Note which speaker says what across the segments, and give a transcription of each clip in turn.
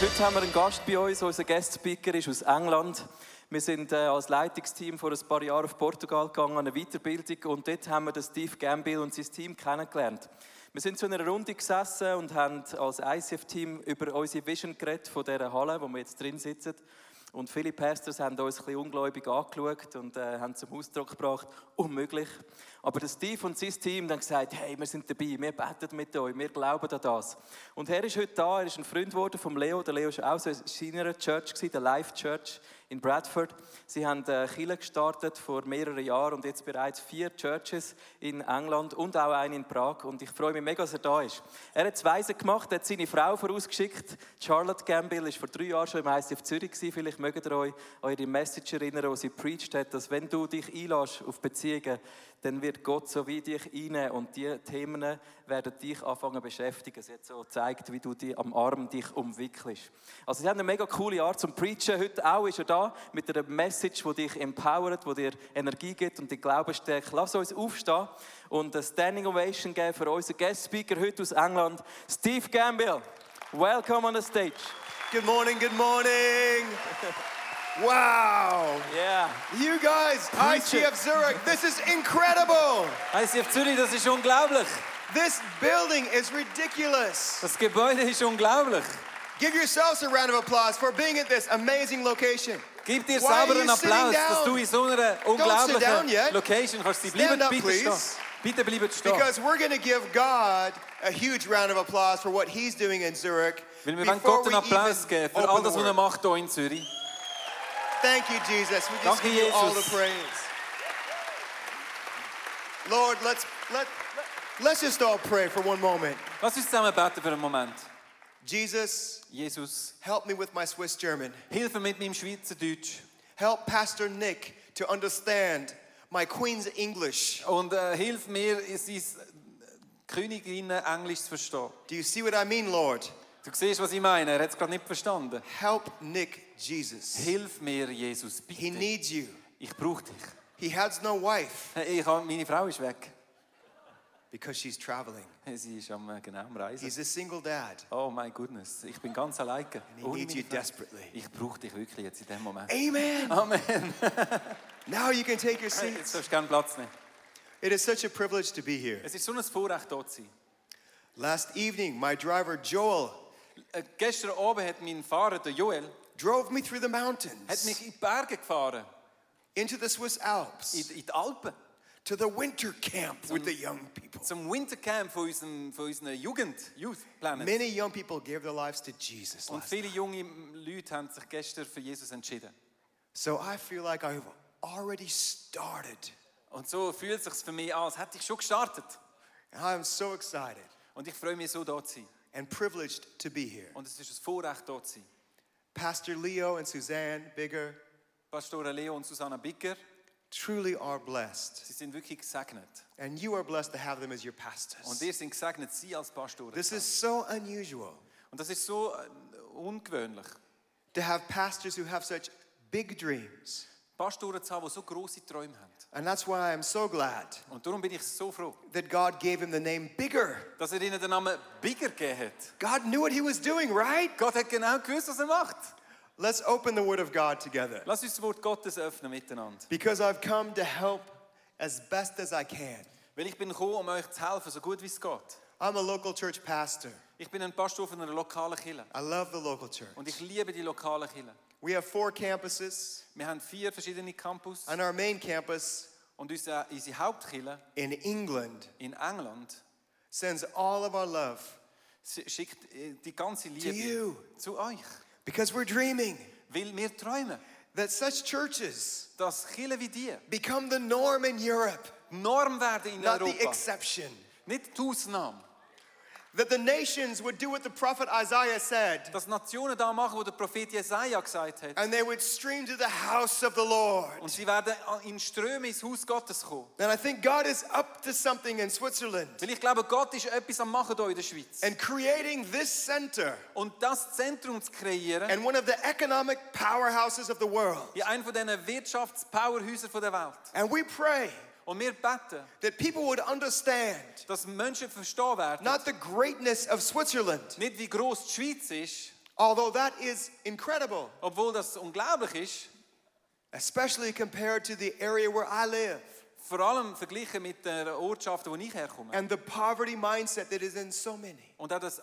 Speaker 1: Heute haben wir einen Gast bei uns, unser Guest-Speaker ist aus England. Wir sind äh, als Leitungsteam vor ein paar Jahren auf Portugal gegangen, an eine Weiterbildung und dort haben wir den Steve Gambill und sein Team kennengelernt. Wir sind zu einer Runde gesessen und haben als ICF-Team über unsere Vision geredet von dieser Halle, wo wir jetzt drin sitzen. Und viele Pastors haben uns ein bisschen ungläubig angeschaut und äh, haben zum Ausdruck gebracht, unmöglich. Aber der Steve und sein Team haben gesagt, hey, wir sind dabei, wir beten mit euch, wir glauben an das. Und er ist heute da, er ist ein Freund geworden vom Leo. Der Leo war auch so in seiner Church, gewesen, der Life Church in Bradford. Sie haben äh, Chile gestartet vor mehreren Jahren und jetzt bereits vier Churches in England und auch eine in Prag. Und ich freue mich mega, dass er da ist. Er hat zwei Weisen gemacht, hat seine Frau vorausgeschickt. Charlotte Gambill ist vor drei Jahren schon im ICF Zürich gewesen. Vielleicht mögt ihr euch an die Message erinnern, die sie preached hat, dass wenn du dich einlässt auf Beziehungen, dann wird Gott so wie dich einnehmen und die Themen werden dich anfangen zu beschäftigen. Sie hat so gezeigt, wie du dich am Arm dich umwickelst. Also sie haben eine mega coole Art zum Preachen. Heute auch ist er da mit einer Message, die dich empowert, die dir Energie gibt und den Glauben stärkt. Lass uns aufstehen und eine Standing Ovation geben für unseren Guest Speaker heute aus England, Steve Gambill. Welcome on the stage.
Speaker 2: Good morning, good morning. Wow.
Speaker 1: Yeah.
Speaker 2: You guys,
Speaker 1: Preach it.
Speaker 2: ICF Zurich, this is incredible.
Speaker 1: ICF Zürich, das ist unglaublich.
Speaker 2: This building is ridiculous.
Speaker 1: Das Gebäude ist unglaublich.
Speaker 2: Give yourselves a round of applause for being at this amazing location.
Speaker 1: Gib dir
Speaker 2: Why are
Speaker 1: selber
Speaker 2: you
Speaker 1: einen Applaus,
Speaker 2: sitting
Speaker 1: dass
Speaker 2: down?
Speaker 1: du in so einer
Speaker 2: down
Speaker 1: unglaublichen
Speaker 2: yet.
Speaker 1: Location kannst. sein.
Speaker 2: Stand
Speaker 1: Bleibt
Speaker 2: up,
Speaker 1: bitte
Speaker 2: please.
Speaker 1: stehen. Bitte bleibt stehen.
Speaker 2: Because we're going to give God a huge round of applause for what he's doing in Zurich.
Speaker 1: Weil wir wollen
Speaker 2: before
Speaker 1: Gott einen
Speaker 2: we even
Speaker 1: Applaus geben für all
Speaker 2: open
Speaker 1: das,
Speaker 2: the
Speaker 1: was er
Speaker 2: word.
Speaker 1: macht hier in Zürich.
Speaker 2: Thank you, Jesus. We
Speaker 1: Danke,
Speaker 2: just give you all the
Speaker 1: Jesus.
Speaker 2: praise. Lord, let's let let's just all pray for one moment.
Speaker 1: Lass uns zusammen beten für einen Moment.
Speaker 2: Jesus,
Speaker 1: Jesus,
Speaker 2: help me with my Swiss German.
Speaker 1: hilf mir mit meinem Schweizerdeutsch
Speaker 2: Help Pastor Nick to understand my Queen's English.
Speaker 1: und äh, hilf mir, sein Königinnen-Englisch zu verstehen.
Speaker 2: Do you see what I mean, Lord?
Speaker 1: Du siehst, was ich meine. Er hat es gerade nicht verstanden.
Speaker 2: Help Nick Jesus.
Speaker 1: Hilf mir, Jesus,
Speaker 2: He
Speaker 1: bitte.
Speaker 2: needs you.
Speaker 1: Ich brauche dich.
Speaker 2: He has no wife
Speaker 1: Hey, Ich, hab- meine Frau ist weg.
Speaker 2: because she's traveling.
Speaker 1: Sie ist am äh, genau am Reisen.
Speaker 2: He's a single dad.
Speaker 1: Oh my goodness, ich bin ganz alleine.
Speaker 2: he
Speaker 1: Ohne
Speaker 2: needs you
Speaker 1: meine Frau.
Speaker 2: desperately.
Speaker 1: Ich brauche dich wirklich jetzt in dem Moment.
Speaker 2: Amen.
Speaker 1: Amen.
Speaker 2: Now you can take your
Speaker 1: Hey, Jetzt
Speaker 2: seats.
Speaker 1: darfst du gerne Platz nehmen.
Speaker 2: It is such a privilege to be here.
Speaker 1: Es ist so ein Vorrecht, hier zu sein.
Speaker 2: Last evening, my driver Joel
Speaker 1: Äh, gestern Abend hat mein Fahrer, der Joel,
Speaker 2: drove me through the
Speaker 1: hat mich
Speaker 2: mountains,
Speaker 1: in die Berge gefahren,
Speaker 2: into the Swiss
Speaker 1: in,
Speaker 2: Alps,
Speaker 1: in die Alpen,
Speaker 2: to the winter camp with the young people.
Speaker 1: zum Wintercamp von, unserem, von unserer Jugend, Youth Planet.
Speaker 2: Many young people gave their lives to Jesus.
Speaker 1: Und
Speaker 2: Last
Speaker 1: viele junge Leute haben sich gestern für Jesus entschieden.
Speaker 2: So I feel like I've already started.
Speaker 1: Und so fühlt es sich für mich an, als hätte ich schon gestartet.
Speaker 2: And I'm so excited
Speaker 1: Und ich freue mich so, hier zu sein.
Speaker 2: and privileged to be here.
Speaker 1: Und es ist ein Vorrecht, hier zu sein.
Speaker 2: Pastor Leo and Suzanne Bigger
Speaker 1: Pastor Leo und Susanna Bicker,
Speaker 2: truly are blessed.
Speaker 1: sie sind wirklich gesegnet.
Speaker 2: And you are blessed to have them as your
Speaker 1: Und
Speaker 2: pastors.
Speaker 1: ihr sind gesegnet, sie als Pastoren.
Speaker 2: This is so unusual
Speaker 1: und das ist so äh, ungewöhnlich.
Speaker 2: to have pastors who have such big dreams.
Speaker 1: Pastoren zu haben, die so grosse Träume haben.
Speaker 2: And that's why I'm so glad
Speaker 1: Und darum bin ich so froh,
Speaker 2: that God gave him the name Bigger.
Speaker 1: dass er ihnen den Namen Bigger gegeben hat.
Speaker 2: God knew what he was doing, right?
Speaker 1: Gott hat genau gewusst, was er macht.
Speaker 2: Let's open the Word of God together
Speaker 1: Lass uns das Wort Gottes öffnen miteinander.
Speaker 2: because I've come to help as best as I can.
Speaker 1: Weil ich bin gekommen, um euch zu helfen, so gut wie es geht.
Speaker 2: I'm a local church pastor.
Speaker 1: Ich bin ein Pastor von einer lokalen Kirche.
Speaker 2: I love the local church.
Speaker 1: Und ich liebe die lokalen Kirche.
Speaker 2: We have four campuses,
Speaker 1: Wir haben vier verschiedene Campus.
Speaker 2: and our main campus
Speaker 1: Und unsere, unsere Hauptkirche
Speaker 2: in England
Speaker 1: in England
Speaker 2: sends all of our love
Speaker 1: sie schickt äh, die ganze
Speaker 2: to
Speaker 1: Liebe
Speaker 2: you
Speaker 1: zu euch.
Speaker 2: because we're dreaming
Speaker 1: Weil wir träumen,
Speaker 2: that such churches
Speaker 1: dass Kirchen wie die
Speaker 2: become the norm in Europe,
Speaker 1: Norm werden in
Speaker 2: not the
Speaker 1: Europa.
Speaker 2: exception.
Speaker 1: Nicht die Ausnahme.
Speaker 2: That the nations would do what the prophet Isaiah said,
Speaker 1: Dass Nationen da machen, wo der Prophet Jesaja gesagt hat.
Speaker 2: and they would stream to the house of the Lord.
Speaker 1: Und sie werden äh, in Strömen ins Haus Gottes kommen.
Speaker 2: And I think God is up to something in Switzerland
Speaker 1: Weil ich glaube, Gott ist etwas am Machen hier in der Schweiz.
Speaker 2: and creating this center
Speaker 1: Und das Zentrum zu kreieren,
Speaker 2: and one of the economic powerhouses of the world.
Speaker 1: in einem von diesen Wirtschaftspowerhäusern der Welt.
Speaker 2: And we pray
Speaker 1: Und wir beten,
Speaker 2: that people would understand
Speaker 1: dass Menschen verstehen werden,
Speaker 2: not the greatness of Switzerland,
Speaker 1: nicht wie gross die Schweiz ist,
Speaker 2: Although that is incredible,
Speaker 3: Obwohl das unglaublich ist,
Speaker 2: especially compared to the area where I live
Speaker 3: vor allem verglichen mit der Ortschaft, wo ich herkomme.
Speaker 2: and the poverty mindset that is in so many.
Speaker 3: Und auch das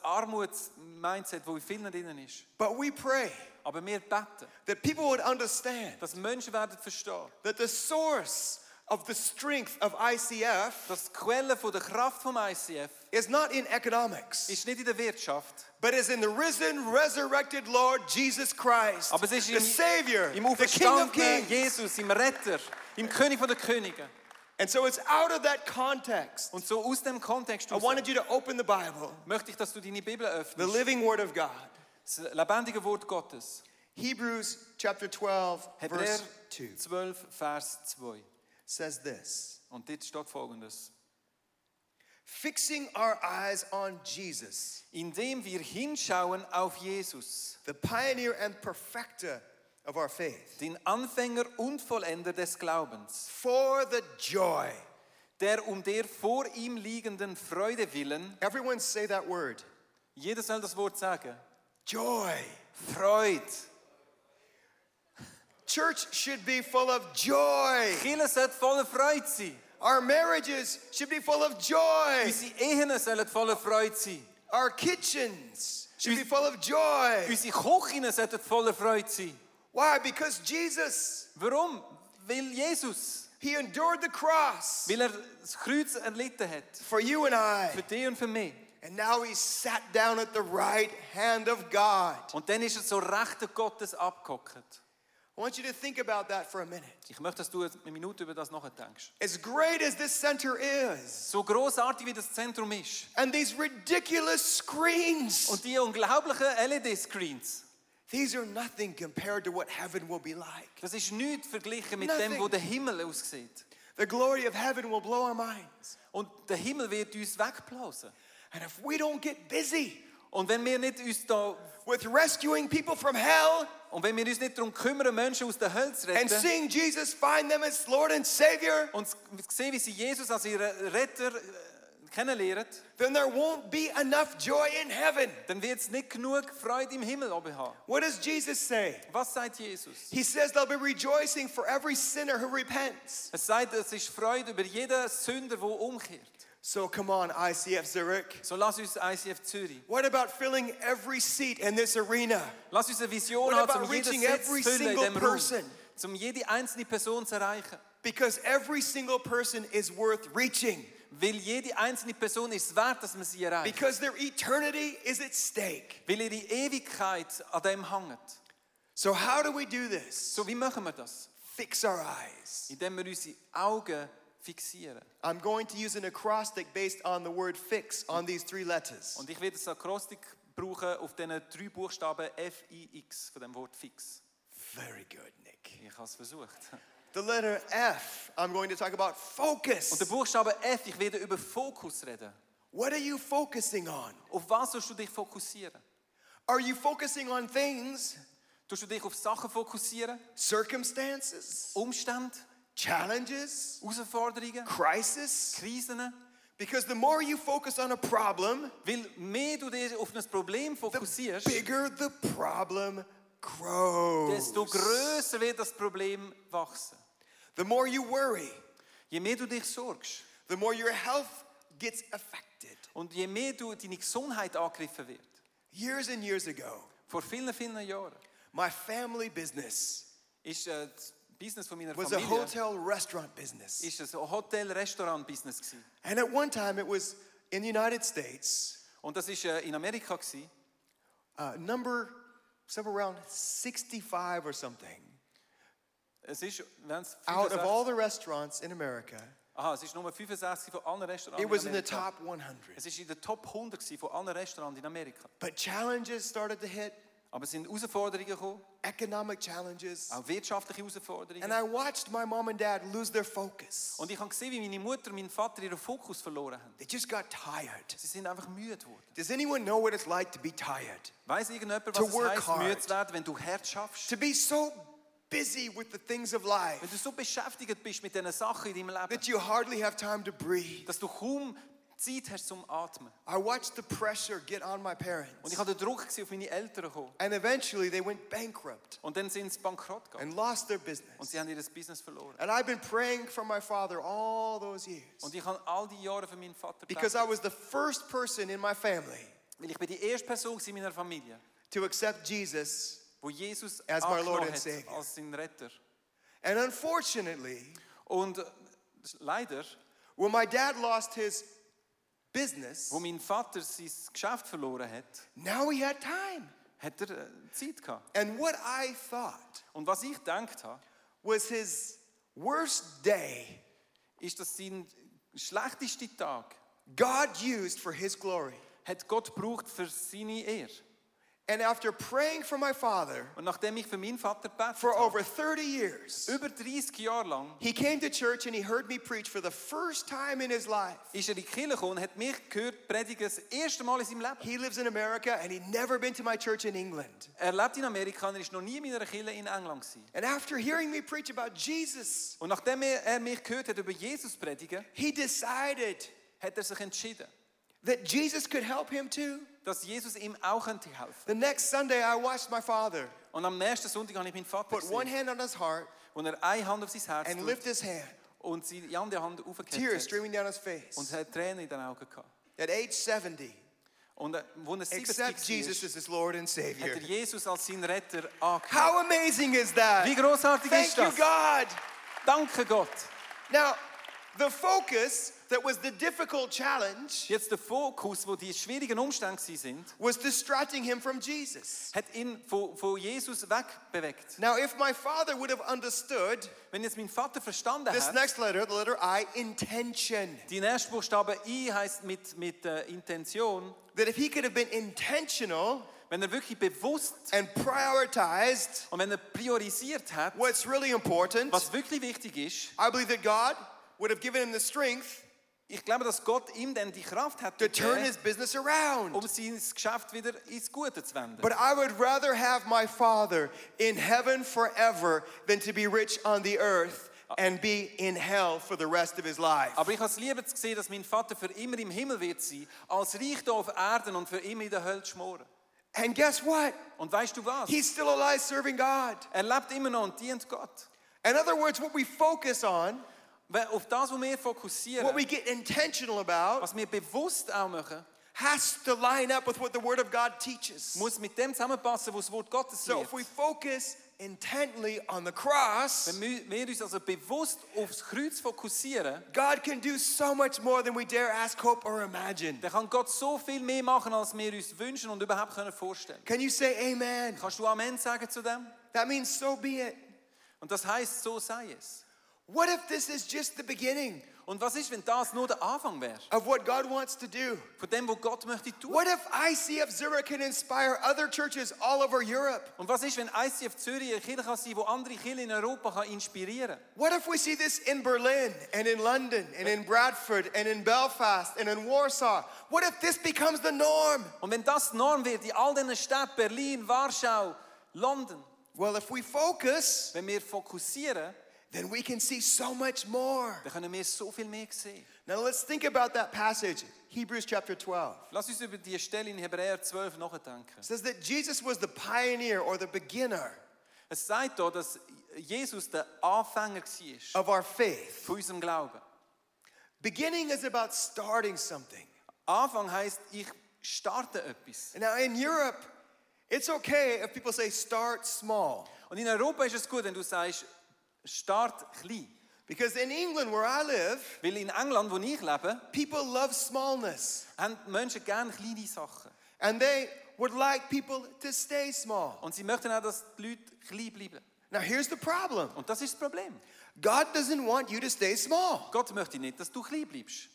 Speaker 3: Armutsmindset, wo in vielen drinnen ist.
Speaker 2: But we pray
Speaker 3: Aber wir beten,
Speaker 2: that people would understand
Speaker 3: dass Menschen werden verstehen,
Speaker 2: that the source of the strength of ICF
Speaker 3: dass die Quelle von der Kraft vom ICF
Speaker 2: is not in economics,
Speaker 3: ist nicht in der Wirtschaft,
Speaker 2: but is in the risen, resurrected Lord Jesus Christ,
Speaker 3: aber es ist
Speaker 2: the
Speaker 3: im,
Speaker 2: Savior,
Speaker 3: im
Speaker 2: the King of
Speaker 3: auferstandenen
Speaker 2: Kings.
Speaker 3: Jesus, im Retter, im König von der Könige.
Speaker 2: And so it's out of that context.
Speaker 3: Und so aus dem
Speaker 2: I
Speaker 3: Kontext heraus
Speaker 2: wanted you to open the Bible,
Speaker 3: möchte ich, dass du deine Bibel
Speaker 2: the
Speaker 3: öffnest.
Speaker 2: living Word of God.
Speaker 3: Das lebendige Wort Gottes.
Speaker 2: Hebrews chapter 12,
Speaker 3: Hebräer
Speaker 2: verse 2
Speaker 3: 12, Vers 2.
Speaker 2: says this
Speaker 3: Und dort steht folgendes.
Speaker 2: Fixing our eyes on Jesus,
Speaker 3: Indem wir hinschauen auf Jesus,
Speaker 2: the pioneer and perfecter of our faith,
Speaker 3: den Anfänger und Vollender des Glaubens,
Speaker 2: for the joy.
Speaker 3: der um der vor ihm liegenden Freude willen,
Speaker 2: Everyone say that word
Speaker 3: jeder soll das Wort sagen,
Speaker 2: joy.
Speaker 3: Freude.
Speaker 2: Church should be full of joy.
Speaker 3: Kirche sollte voller Freude sein.
Speaker 2: Our marriages should be full of joy.
Speaker 3: Unsere Ehen sollen voller Freude sein.
Speaker 2: Our kitchens should be full of joy.
Speaker 3: Unsere Kochinnen sollten voller Freude sein.
Speaker 2: Why? Because Jesus,
Speaker 3: Warum? Weil Jesus,
Speaker 2: He endured the cross
Speaker 3: weil er das Kreuz erlitten hat.
Speaker 2: for you and I.
Speaker 3: Für dich und für mich.
Speaker 2: And now He sat down at the right hand of God.
Speaker 3: Und dann ist er so rechter Gottes abgehockt.
Speaker 2: I want you to think about that for a minute.
Speaker 3: Ich möchte, dass du eine Minute über das nachdenkst.
Speaker 2: As great as this center is,
Speaker 3: So großartig wie das Zentrum ist
Speaker 2: and these ridiculous screens,
Speaker 3: und die unglaublichen E LED-Screens,
Speaker 2: these are nothing compared to what heaven will be like.
Speaker 3: das ist nichts verglichen mit
Speaker 2: Nothing.
Speaker 3: dem, wo der Himmel aussieht.
Speaker 2: The glory of heaven will blow our minds.
Speaker 3: Und der Himmel wird uns wegblasen.
Speaker 2: And if we don't get busy
Speaker 3: Und wenn wir nicht uns da
Speaker 2: with rescuing people from hell,
Speaker 3: und wenn wir uns nicht darum kümmern, Menschen aus der Hölle zu
Speaker 2: and
Speaker 3: retten
Speaker 2: seeing Jesus find them as Lord and Savior,
Speaker 3: und s- sehen, wie sie Jesus als ihren Retter äh, kennenlernen,
Speaker 2: then there won't be enough joy in heaven.
Speaker 3: dann wird es nicht genug Freude im Himmel oben haben.
Speaker 2: What does Jesus say?
Speaker 3: Was sagt Jesus?
Speaker 2: He says they'll be rejoicing for every sinner who repents.
Speaker 3: Er sagt, es ist Freude über jeden Sünder, der umkehrt.
Speaker 2: So come on, ICF Zurich.
Speaker 3: So lass uns ICF Zürich.
Speaker 2: What about filling every seat in this arena?
Speaker 3: Lass uns eine Vision
Speaker 2: What
Speaker 3: haben,
Speaker 2: about
Speaker 3: um jeden
Speaker 2: reaching
Speaker 3: Sitz zu
Speaker 2: every
Speaker 3: füllen in
Speaker 2: single
Speaker 3: diesem Raum.
Speaker 2: person?
Speaker 3: Um jede einzelne Person zu erreichen.
Speaker 2: Because every single person is worth reaching.
Speaker 3: Weil jede einzelne Person ist es wert, dass man sie erreicht.
Speaker 2: Because their eternity is at stake.
Speaker 3: Weil ihre Ewigkeit an dem hängt.
Speaker 2: So, how do we do this?
Speaker 3: So, wie machen wir das?
Speaker 2: Fix our eyes.
Speaker 3: Indem wir unsere Augen fixieren.
Speaker 2: I'm going to use an acrostic based on the word fix on these three letters.
Speaker 3: Und ich werde das Akrostik brauchen auf diesen drei Buchstaben F, I, X von dem Wort fix.
Speaker 2: Very good, Nick.
Speaker 3: Ich habe es versucht.
Speaker 2: The letter F, I'm going to talk about
Speaker 3: Und der
Speaker 2: focus.
Speaker 3: Buchstabe F, ich werde über Fokus reden.
Speaker 2: What are you focusing on?
Speaker 3: Auf was sollst du dich fokussieren?
Speaker 2: Are you focusing on things,
Speaker 3: Tust du dich auf Sachen fokussieren?
Speaker 2: circumstances,
Speaker 3: Umstände?
Speaker 2: challenges,
Speaker 3: Herausforderungen?
Speaker 2: crisis?
Speaker 3: Krisen?
Speaker 2: Because the more you focus on a problem,
Speaker 3: Weil mehr du dich auf ein Problem
Speaker 2: the
Speaker 3: fokussierst,
Speaker 2: bigger the problem grows.
Speaker 3: desto größer wird das Problem wachsen.
Speaker 2: The more you worry,
Speaker 3: Je mehr du dich sorgst
Speaker 2: the more your health gets affected.
Speaker 3: und je mehr du deine Gesundheit angegriffen wird.
Speaker 2: Years and years ago,
Speaker 3: Vor vielen, vielen Jahren
Speaker 2: my family business
Speaker 3: ist äh, das Business von meiner
Speaker 2: was a
Speaker 3: Familie
Speaker 2: hotel restaurant business.
Speaker 3: ist ein Hotel-Restaurant-Business gewesen.
Speaker 2: And at one time, it was in the United States,
Speaker 3: und das ist äh, in Amerika gewesen.
Speaker 2: uh, number somewhere around 65 or something,
Speaker 3: Es ist, wenn es
Speaker 2: out of
Speaker 3: 65
Speaker 2: all the restaurants in America,
Speaker 3: aha, es ist Nummer 65 von allen Restaurants.
Speaker 2: it was
Speaker 3: in
Speaker 2: in the
Speaker 3: Amerika.
Speaker 2: top 100.
Speaker 3: Es ist in der Top 100 gewesen von allen Restaurants in Amerika.
Speaker 2: But challenges started to hit,
Speaker 3: Aber es sind Herausforderungen gekommen,
Speaker 2: economic challenges.
Speaker 3: auch wirtschaftliche Herausforderungen.
Speaker 2: And I watched my mom and dad lose their focus.
Speaker 3: Und ich habe gesehen, wie meine Mutter und mein Vater ihren Fokus verloren haben.
Speaker 2: They just got tired.
Speaker 3: Sie sind einfach müde geworden.
Speaker 2: Does anyone know what it's like to be tired?
Speaker 3: Weiß irgendjemand, was
Speaker 2: To
Speaker 3: es
Speaker 2: work
Speaker 3: heißt,
Speaker 2: hard.
Speaker 3: müde zu werden, wenn du hart schaffst?
Speaker 2: To be so busy with the things of
Speaker 3: Wenn
Speaker 2: life
Speaker 3: du so beschäftigt bist mit diesen Sachen in deinem Leben,
Speaker 2: that you hardly have time to breathe.
Speaker 3: dass du kaum Zeit hast zum Atmen.
Speaker 2: I watched the pressure get on my
Speaker 3: Und
Speaker 2: parents.
Speaker 3: ich hatte den Druck gewesen, auf meine Eltern gekommen.
Speaker 2: And eventually they went bankrupt
Speaker 3: Und dann sind sie bankrott gegangen.
Speaker 2: and lost their
Speaker 3: Und
Speaker 2: business.
Speaker 3: sie haben ihr Business verloren.
Speaker 2: And I've been praying for my father all those years
Speaker 3: Und ich habe all die Jahre für meinen Vater
Speaker 2: because I
Speaker 3: gebetet.
Speaker 2: was the first person in my family
Speaker 3: Weil ich bin die erste Person gewesen in meiner Familie,
Speaker 2: to accept Jesus.
Speaker 3: wo Jesus
Speaker 2: As my Lord
Speaker 3: angenommen
Speaker 2: and
Speaker 3: hat
Speaker 2: Savior.
Speaker 3: als sein Retter.
Speaker 2: And unfortunately,
Speaker 3: Und äh, leider,
Speaker 2: when my dad lost his business,
Speaker 3: wo mein Vater sein Geschäft verloren hat,
Speaker 2: now he had time.
Speaker 3: hat er äh, Zeit gehabt.
Speaker 2: And what I thought
Speaker 3: Und was ich gedacht habe,
Speaker 2: was his worst day,
Speaker 3: ist, dass sein schlechtester Tag
Speaker 2: God used for his glory.
Speaker 3: hat Gott gebraucht für seine Ehre.
Speaker 2: And after praying for my father
Speaker 3: Und nachdem ich für meinen Vater betet
Speaker 2: for
Speaker 3: habe,
Speaker 2: over 30 years,
Speaker 3: über 30 Jahre lang,
Speaker 2: He came to church and he heard me preach for the first time in his life.
Speaker 3: ist er in die Kirche gekommen und hat mich gehört predigen, das erste Mal in seinem Leben.
Speaker 2: He lives in America and he'd never been to my church in England.
Speaker 3: Er lebt in Amerika und er war noch nie in einer Kirche in England. Gewesen.
Speaker 2: And after hearing me preach about Jesus,
Speaker 3: Und nachdem er er mich gehört hat über Jesus predigen,
Speaker 2: he decided
Speaker 3: hat er sich entschieden,
Speaker 2: that Jesus could help him too.
Speaker 3: dass Jesus ihm auch helfen könnte.
Speaker 2: The next Sunday, I watched my father
Speaker 3: Und am nächsten Sonntag habe ich meinen Vater
Speaker 2: put one
Speaker 3: gesehen,
Speaker 2: hand on his heart
Speaker 3: wo er eine Hand auf sein Herz
Speaker 2: and
Speaker 3: tut
Speaker 2: lift his hand,
Speaker 3: und seine andere Hand
Speaker 2: tears
Speaker 3: aufgehört hat.
Speaker 2: streaming down his
Speaker 3: Und
Speaker 2: face.
Speaker 3: er hat Tränen in den Augen gehabt.
Speaker 2: At age 70,
Speaker 3: Und äh, wo er 70
Speaker 2: accept Jesus
Speaker 3: war,
Speaker 2: as his Lord and
Speaker 3: hat
Speaker 2: Savior.
Speaker 3: er Jesus als seinen Retter angenommen.
Speaker 2: How amazing is that?
Speaker 3: Wie großartig
Speaker 2: Thank
Speaker 3: ist
Speaker 2: you,
Speaker 3: das?
Speaker 2: God.
Speaker 3: Danke Gott.
Speaker 2: Now, the focus that was the difficult challenge
Speaker 3: Jetzt der Fokus, wo die schwierigen Umstände gewesen sind,
Speaker 2: was distracting him from Jesus.
Speaker 3: hat ihn von, von Jesus wegbewegt.
Speaker 2: Now, if my father would have understood
Speaker 3: Wenn jetzt mein Vater verstanden
Speaker 2: this
Speaker 3: hat,
Speaker 2: next letter, the letter I, intention,
Speaker 3: die nächste Buchstabe I heißt mit, mit äh, Intention,
Speaker 2: that if he could have been intentional
Speaker 3: wenn er wirklich bewusst
Speaker 2: and prioritized
Speaker 3: und wenn er priorisiert hat,
Speaker 2: what's really important,
Speaker 3: was wirklich wichtig ist,
Speaker 2: I believe that God would have given him the strength
Speaker 3: ich glaube, dass Gott ihm dann die Kraft hat,
Speaker 2: to turn
Speaker 3: gegeben,
Speaker 2: his business around.
Speaker 3: um sein Geschäft wieder ins Gute zu wenden.
Speaker 2: But I would rather have my father in heaven forever than to be rich on the earth and be in hell for the rest of his life.
Speaker 3: Aber ich habe es lieber zu sehen, dass mein Vater für immer im Himmel wird sein, als reich hier auf Erden und für immer in der Hölle zu schmoren.
Speaker 2: And guess what?
Speaker 3: Und weißt du was?
Speaker 2: He's still alive serving God.
Speaker 3: Er lebt immer noch und dient Gott.
Speaker 2: In other words, what we focus on,
Speaker 3: Weil Auf das, was wir fokussieren,
Speaker 2: what we get intentional about,
Speaker 3: was wir bewusst auch machen,
Speaker 2: has to line up with what the Word of God teaches.
Speaker 3: muss mit dem zusammenpassen, was das Wort Gottes
Speaker 2: So
Speaker 3: lehrt.
Speaker 2: if we focus intently on the cross,
Speaker 3: Wenn wir wir uns also bewusst aufs Kreuz fokussieren,
Speaker 2: God can do so much more than we dare ask, hope, or imagine.
Speaker 3: dann kann Gott so viel mehr machen, als wir uns wünschen und überhaupt können vorstellen.
Speaker 2: Can you say amen?
Speaker 3: Kannst du Amen sagen zu dem?
Speaker 2: That means so be it.
Speaker 3: Und das heißt, so sei es.
Speaker 2: What if this is just the beginning
Speaker 3: Und was ist, wenn das nur der Anfang wäre?
Speaker 2: of what God wants to do?
Speaker 3: Von dem, was Gott möchte tun.
Speaker 2: What if ICF Zurich can inspire other churches all over Europe?
Speaker 3: Und was ist, wenn ICF Zürich eine Kirche kann sein kann, die andere Kirchen in Europa kann inspirieren kann?
Speaker 2: What if we see this in Berlin and in London and in Bradford and in Belfast and in Warsaw? What if this becomes the norm?
Speaker 3: Und wenn das die Norm wird in all diesen Städten, Berlin, Warschau, London,
Speaker 2: Well, if we focus,
Speaker 3: wenn wir fokussieren,
Speaker 2: then we can see so much more.
Speaker 3: dann können wir so viel mehr sehen.
Speaker 2: Now let's think about that passage, Hebrews chapter 12.
Speaker 3: Lass uns über die Stelle in Hebräer 12 nachdenken.
Speaker 2: It says that Jesus was the pioneer or the beginner
Speaker 3: Es sagt hier, dass Jesus der Anfänger war
Speaker 2: of our faith.
Speaker 3: von unserem Glauben.
Speaker 2: Beginning is about starting something.
Speaker 3: Anfang heißt, ich starte etwas.
Speaker 2: Now in Europe, it's okay if people say start small.
Speaker 3: Und in Europa ist es gut, wenn du sagst, start klein.
Speaker 2: Because in England, where I live,
Speaker 3: Weil in England, wo ich lebe,
Speaker 2: people love smallness.
Speaker 3: haben die Menschen gerne kleine Sachen.
Speaker 2: And they would like people to stay small.
Speaker 3: Und sie möchten auch, dass die Leute klein bleiben.
Speaker 2: Now, here's the problem
Speaker 3: Und das ist das Problem.
Speaker 2: God doesn't want you to stay small.
Speaker 3: Gott möchte nicht, dass du klein bleibst.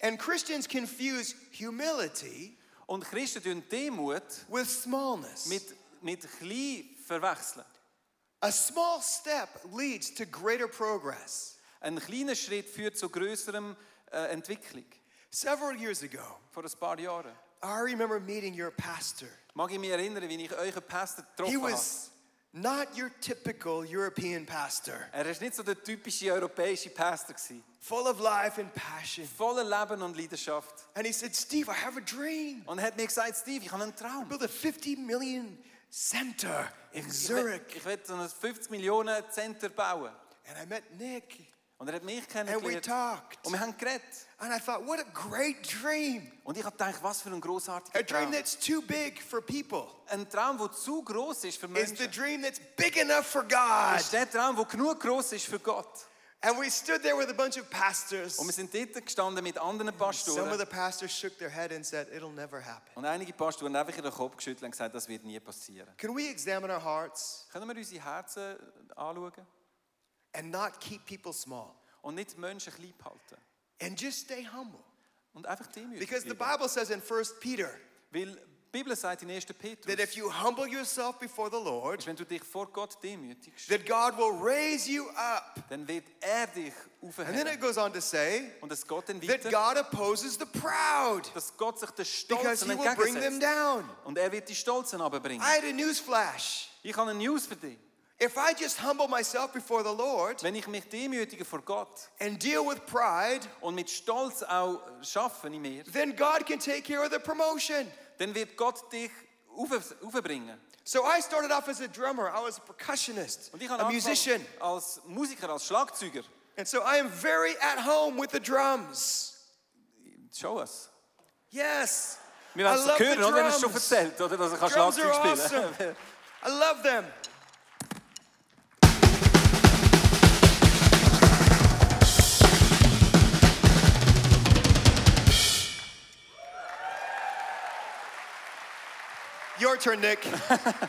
Speaker 2: And Christians confuse humility
Speaker 3: Und Christen tun Demut
Speaker 2: with smallness.
Speaker 3: mit, mit klein verwechseln.
Speaker 2: A small step leads to greater progress.
Speaker 3: Ein kleiner Schritt führt zu größerem äh, Entwicklung.
Speaker 2: Several years ago,
Speaker 3: Vor ein paar Jahren
Speaker 2: I remember meeting your pastor.
Speaker 3: mag ich mich erinnern, wie ich euch einen Pastor
Speaker 2: He
Speaker 3: getroffen habe.
Speaker 2: was Not your typical European pastor,
Speaker 3: Er war nicht so der typische europäische Pastor. Gewesen.
Speaker 2: full of life and passion.
Speaker 3: Voller Leben und Leidenschaft.
Speaker 2: And he said, Steve, I have a dream.
Speaker 3: Und er hat mir gesagt, Steve, ich habe einen Traum.
Speaker 2: Build a 50 million center in
Speaker 3: Ich will,
Speaker 2: Zurich.
Speaker 3: ich will so ein 50 Millionen Center bauen.
Speaker 2: And I met Nick
Speaker 3: Und er hat mich
Speaker 2: and we
Speaker 3: kennengelernt.
Speaker 2: talked.
Speaker 3: Und wir haben geredet.
Speaker 2: And I thought, what a great dream.
Speaker 3: Und ich habe gedacht, was für ein
Speaker 2: A
Speaker 3: großartiger
Speaker 2: dream
Speaker 3: Traum.
Speaker 2: that's too big for people
Speaker 3: Ein Traum, der zu groß ist für
Speaker 2: is the
Speaker 3: Menschen.
Speaker 2: dream that's big enough for God.
Speaker 3: ist der Traum, der genug groß ist für Gott.
Speaker 2: And we stood there with a bunch of pastors.
Speaker 3: Und wir sind dort gestanden mit anderen
Speaker 2: Some of
Speaker 3: Pastoren.
Speaker 2: the pastors shook their head and said, it'll never happen.
Speaker 3: Und einige Pastoren haben einfach ihren Kopf geschüttelt und gesagt, das wird nie passieren.
Speaker 2: Can we examine our hearts
Speaker 3: Können wir unsere Herzen äh, anschauen
Speaker 2: and not keep people small
Speaker 3: und nicht die Menschen klein halten?
Speaker 2: and just stay humble?
Speaker 3: Und einfach demütig
Speaker 2: Because the
Speaker 3: bleiben.
Speaker 2: Bible says in 1 Peter
Speaker 3: Weil die Bibel sagt in 1. Petrus,
Speaker 2: that if you humble yourself before the Lord,
Speaker 3: ist, wenn du dich vor Gott demütigst,
Speaker 2: that God will raise you up.
Speaker 3: dann wird er dich
Speaker 2: And then it
Speaker 3: aufheben.
Speaker 2: goes on to say
Speaker 3: Und es geht dann
Speaker 2: that
Speaker 3: weiter,
Speaker 2: God opposes the proud
Speaker 3: dass Gott sich den
Speaker 2: because
Speaker 3: Stolzen
Speaker 2: he will bring them
Speaker 3: entgegensetzt.
Speaker 2: down.
Speaker 3: Und er wird die Stolzen runterbringen.
Speaker 2: I had a news flash.
Speaker 3: Ich habe eine News für dich.
Speaker 2: If I just humble myself before the Lord
Speaker 3: Wenn ich mich demütige vor Gott
Speaker 2: and deal with pride,
Speaker 3: und mit Stolz auch schaffen in mir,
Speaker 2: then God can take care of the promotion.
Speaker 3: dann wird Gott dich auf, aufbringen.
Speaker 2: So I started off as a drummer, I was a percussionist,
Speaker 3: Und ich habe
Speaker 2: a musician.
Speaker 3: angefangen als Musiker, als Schlagzeuger.
Speaker 2: And so I am very at home with the drums.
Speaker 3: Show us.
Speaker 2: Yes.
Speaker 3: Wir
Speaker 2: I
Speaker 3: werden es
Speaker 2: love the
Speaker 3: hören, oder? Wir haben es schon
Speaker 2: drums.
Speaker 3: erzählt, oder? Dass ich kann
Speaker 2: Drums are
Speaker 3: Schlagzeug spielen
Speaker 2: awesome. I love them. Your turn, Nick. but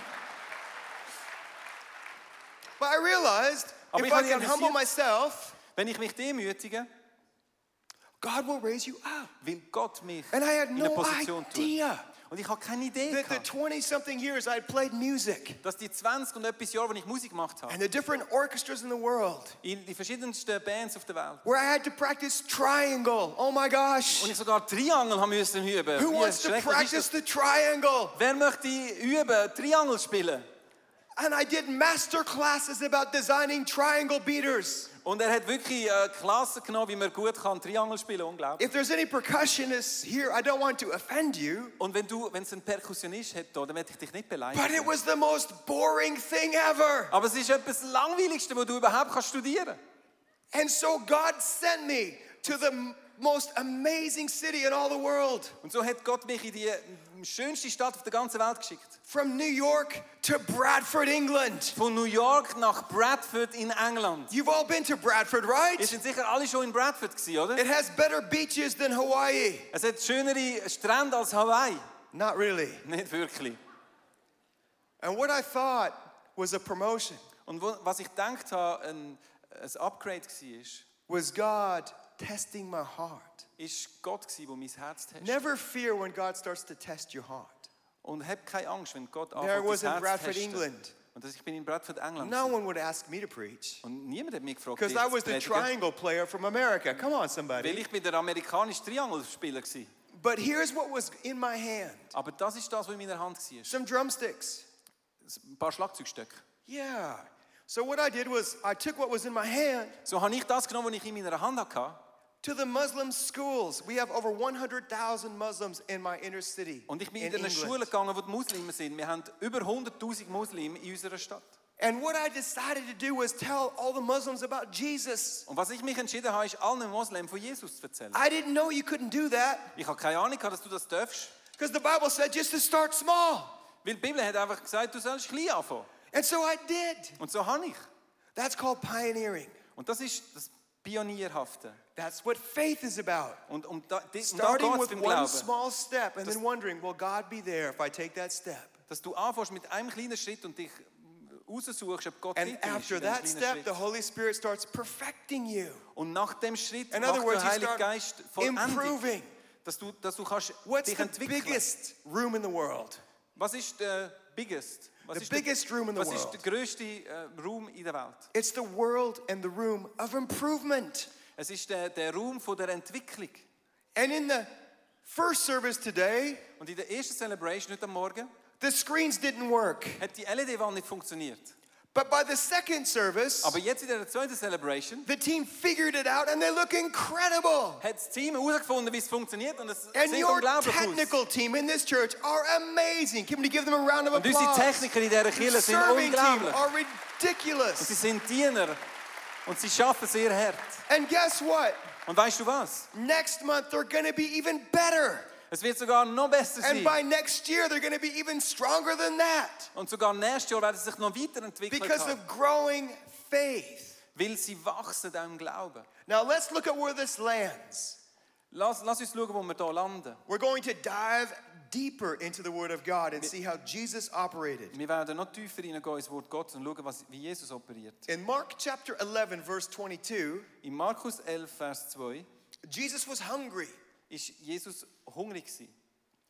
Speaker 2: I realized
Speaker 3: Aber
Speaker 2: if
Speaker 3: ich
Speaker 2: I
Speaker 3: habe
Speaker 2: can humble
Speaker 3: realisiert-
Speaker 2: myself,
Speaker 3: Wenn ich mich demütige,
Speaker 2: God will raise you up.
Speaker 3: will Gott mich
Speaker 2: And I had
Speaker 3: in eine
Speaker 2: no
Speaker 3: Position tun.
Speaker 2: idea
Speaker 3: Und ich habe keine Idee,
Speaker 2: that the
Speaker 3: gehabt,
Speaker 2: 20 something years I had played music
Speaker 3: dass die 20 und etwas Jahre, wenn ich Musik gemacht habe,
Speaker 2: and the different orchestras in the world
Speaker 3: in die verschiedensten Bands auf der Welt,
Speaker 2: where I had to practice triangle. Oh my gosh.
Speaker 3: und ich sogar Triangel haben müssen üben.
Speaker 2: Who
Speaker 3: Wie
Speaker 2: wants to
Speaker 3: schrecklich
Speaker 2: practice
Speaker 3: ist das?
Speaker 2: the triangle?
Speaker 3: Wer möchte üben, Triangel spielen?
Speaker 2: And I did master classes about designing triangle beaters.
Speaker 3: Und er hat wirklich äh, Klassen genommen, wie man gut kann Triangel spielen, unglaublich.
Speaker 2: If there's any percussionists here, I don't want to offend you,
Speaker 3: Und wenn du, wenn es ein Perkussionist hat, da, dann werde ich dich nicht
Speaker 2: but
Speaker 3: beleidigen.
Speaker 2: it was the most boring thing ever.
Speaker 3: Aber es ist etwas Langweiligste, was du überhaupt kannst studieren.
Speaker 2: And so God sent me to the m- most amazing city in all the world.
Speaker 3: Und so hat Gott mich in die ähm, schönste Stadt auf der ganzen Welt geschickt.
Speaker 2: From New York to Bradford, England.
Speaker 3: Von New York nach Bradford in England.
Speaker 2: You've all been to Bradford,
Speaker 3: Ihr
Speaker 2: right?
Speaker 3: sind sicher alle schon in Bradford gewesen, oder?
Speaker 2: It has better beaches than Hawaii.
Speaker 3: Es hat schönere Strände als Hawaii.
Speaker 2: Not really.
Speaker 3: Nicht wirklich.
Speaker 2: And what I thought was a promotion
Speaker 3: Und wo, was ich gedacht habe, ein, ein Upgrade war, ist,
Speaker 2: was God testing my heart.
Speaker 3: ist Gott, gewesen, der mein Herz testet.
Speaker 2: Never fear when God starts to test your heart.
Speaker 3: Und hab keine Angst, wenn Gott
Speaker 2: There
Speaker 3: anfängt,
Speaker 2: was in
Speaker 3: dein Herz zu
Speaker 2: Bradford,
Speaker 3: testen.
Speaker 2: England.
Speaker 3: Und das, ich bin in Bradford, England.
Speaker 2: No
Speaker 3: gewesen.
Speaker 2: one would ask me to preach
Speaker 3: Und niemand hat mich gefragt,
Speaker 2: because
Speaker 3: wie ich
Speaker 2: I
Speaker 3: zu
Speaker 2: was the
Speaker 3: predigen.
Speaker 2: triangle player from America. Come on,
Speaker 3: Weil
Speaker 2: somebody.
Speaker 3: ich bin der amerikanische Triangelspieler gsi.
Speaker 2: But here's what was in my hand
Speaker 3: Aber das ist das, was in meiner Hand war.
Speaker 2: some drumsticks.
Speaker 3: Ein paar Schlagzeugstöcke.
Speaker 2: Yeah. So what I did was I took what was in my hand
Speaker 3: So habe ich das genommen, was ich in meiner Hand hatte.
Speaker 2: to the Muslim schools. We have over 100,000 Muslims in my inner city.
Speaker 3: Und ich bin in,
Speaker 2: in
Speaker 3: eine
Speaker 2: England.
Speaker 3: Schule gegangen, wo die Muslime sind. Wir haben über 100'000 Muslime in unserer Stadt.
Speaker 2: And what I decided to do was tell all the Muslims about Jesus.
Speaker 3: Und was ich mich entschieden habe, ist, allen Muslimen von Jesus zu erzählen.
Speaker 2: I didn't know you couldn't do that
Speaker 3: Ich habe keine Ahnung, gehabt, dass du das darfst.
Speaker 2: because the Bible said just to start small.
Speaker 3: Weil die Bibel hat einfach gesagt, du sollst klein anfangen.
Speaker 2: And so I did.
Speaker 3: Und so habe ich.
Speaker 2: That's called pioneering.
Speaker 3: Und das ist das Pionierhafte.
Speaker 2: That's what faith is about.
Speaker 3: Und, und da, di- und da
Speaker 2: Starting
Speaker 3: geht es
Speaker 2: with
Speaker 3: beim
Speaker 2: one
Speaker 3: Glauben.
Speaker 2: small step and
Speaker 3: Das-
Speaker 2: then wondering, will God be there if I take that step?
Speaker 3: Dass du anfängst mit einem kleinen Schritt und dich raussuchst, ob Gott
Speaker 2: And
Speaker 3: dort ist
Speaker 2: after
Speaker 3: in diesem
Speaker 2: that
Speaker 3: kleinen
Speaker 2: step,
Speaker 3: Schritt.
Speaker 2: the Holy Spirit starts perfecting you.
Speaker 3: Und nach dem Schritt
Speaker 2: In
Speaker 3: macht
Speaker 2: other words,
Speaker 3: der
Speaker 2: you
Speaker 3: Heilige
Speaker 2: start
Speaker 3: Geist Vollendung.
Speaker 2: improving.
Speaker 3: Dass du, dass du kannst
Speaker 2: What's
Speaker 3: dich
Speaker 2: the
Speaker 3: entwickeln.
Speaker 2: biggest room in the world?
Speaker 3: Was ist der biggest? Was
Speaker 2: The
Speaker 3: ist
Speaker 2: biggest room in the
Speaker 3: was
Speaker 2: world.
Speaker 3: ist der größte äh, Raum in der Welt?
Speaker 2: It's the world and the room of improvement.
Speaker 3: Es ist der, der Raum von der Entwicklung.
Speaker 2: And in the first service today,
Speaker 3: Und in der ersten Celebration heute Morgen
Speaker 2: the The screens didn't work.
Speaker 3: hat die LED-Wand nicht funktioniert.
Speaker 2: But by the second service,
Speaker 3: Aber jetzt in der zweiten Celebration
Speaker 2: the team figured it out and they look incredible.
Speaker 3: hat das Team herausgefunden, wie es funktioniert und es sieht
Speaker 2: And your
Speaker 3: unglaublich aus.
Speaker 2: technical team in this church are amazing. Can we give them a round of
Speaker 3: Und unsere
Speaker 2: applause?
Speaker 3: Techniker in dieser
Speaker 2: The
Speaker 3: Kirche sind
Speaker 2: serving team
Speaker 3: unglaublich.
Speaker 2: are
Speaker 3: Und sie
Speaker 2: ridiculous.
Speaker 3: sind Diener und sie arbeiten sehr hart.
Speaker 2: And guess what?
Speaker 3: Und weißt du was?
Speaker 2: Next month they're going to be even better.
Speaker 3: Es wird sogar noch besser
Speaker 2: And
Speaker 3: sein.
Speaker 2: by next year they're going to be even stronger than that
Speaker 3: Und sogar nächstes Jahr werden sie sich noch weiterentwickeln,
Speaker 2: because
Speaker 3: können,
Speaker 2: of growing faith.
Speaker 3: weil sie wachsen auch im Glauben.
Speaker 2: Now let's look at where this lands.
Speaker 3: Lass, lass uns schauen, wo wir hier landen.
Speaker 2: We're going to dive deeper into the Word of God and see how Jesus operated.
Speaker 3: Wir werden noch tiefer hineingehen ins Wort Gottes und schauen, was, wie Jesus operiert.
Speaker 2: In Mark chapter 11, verse 22,
Speaker 3: In Markus 11, Vers 2
Speaker 2: Jesus was hungry
Speaker 3: ist Jesus hungrig gewesen.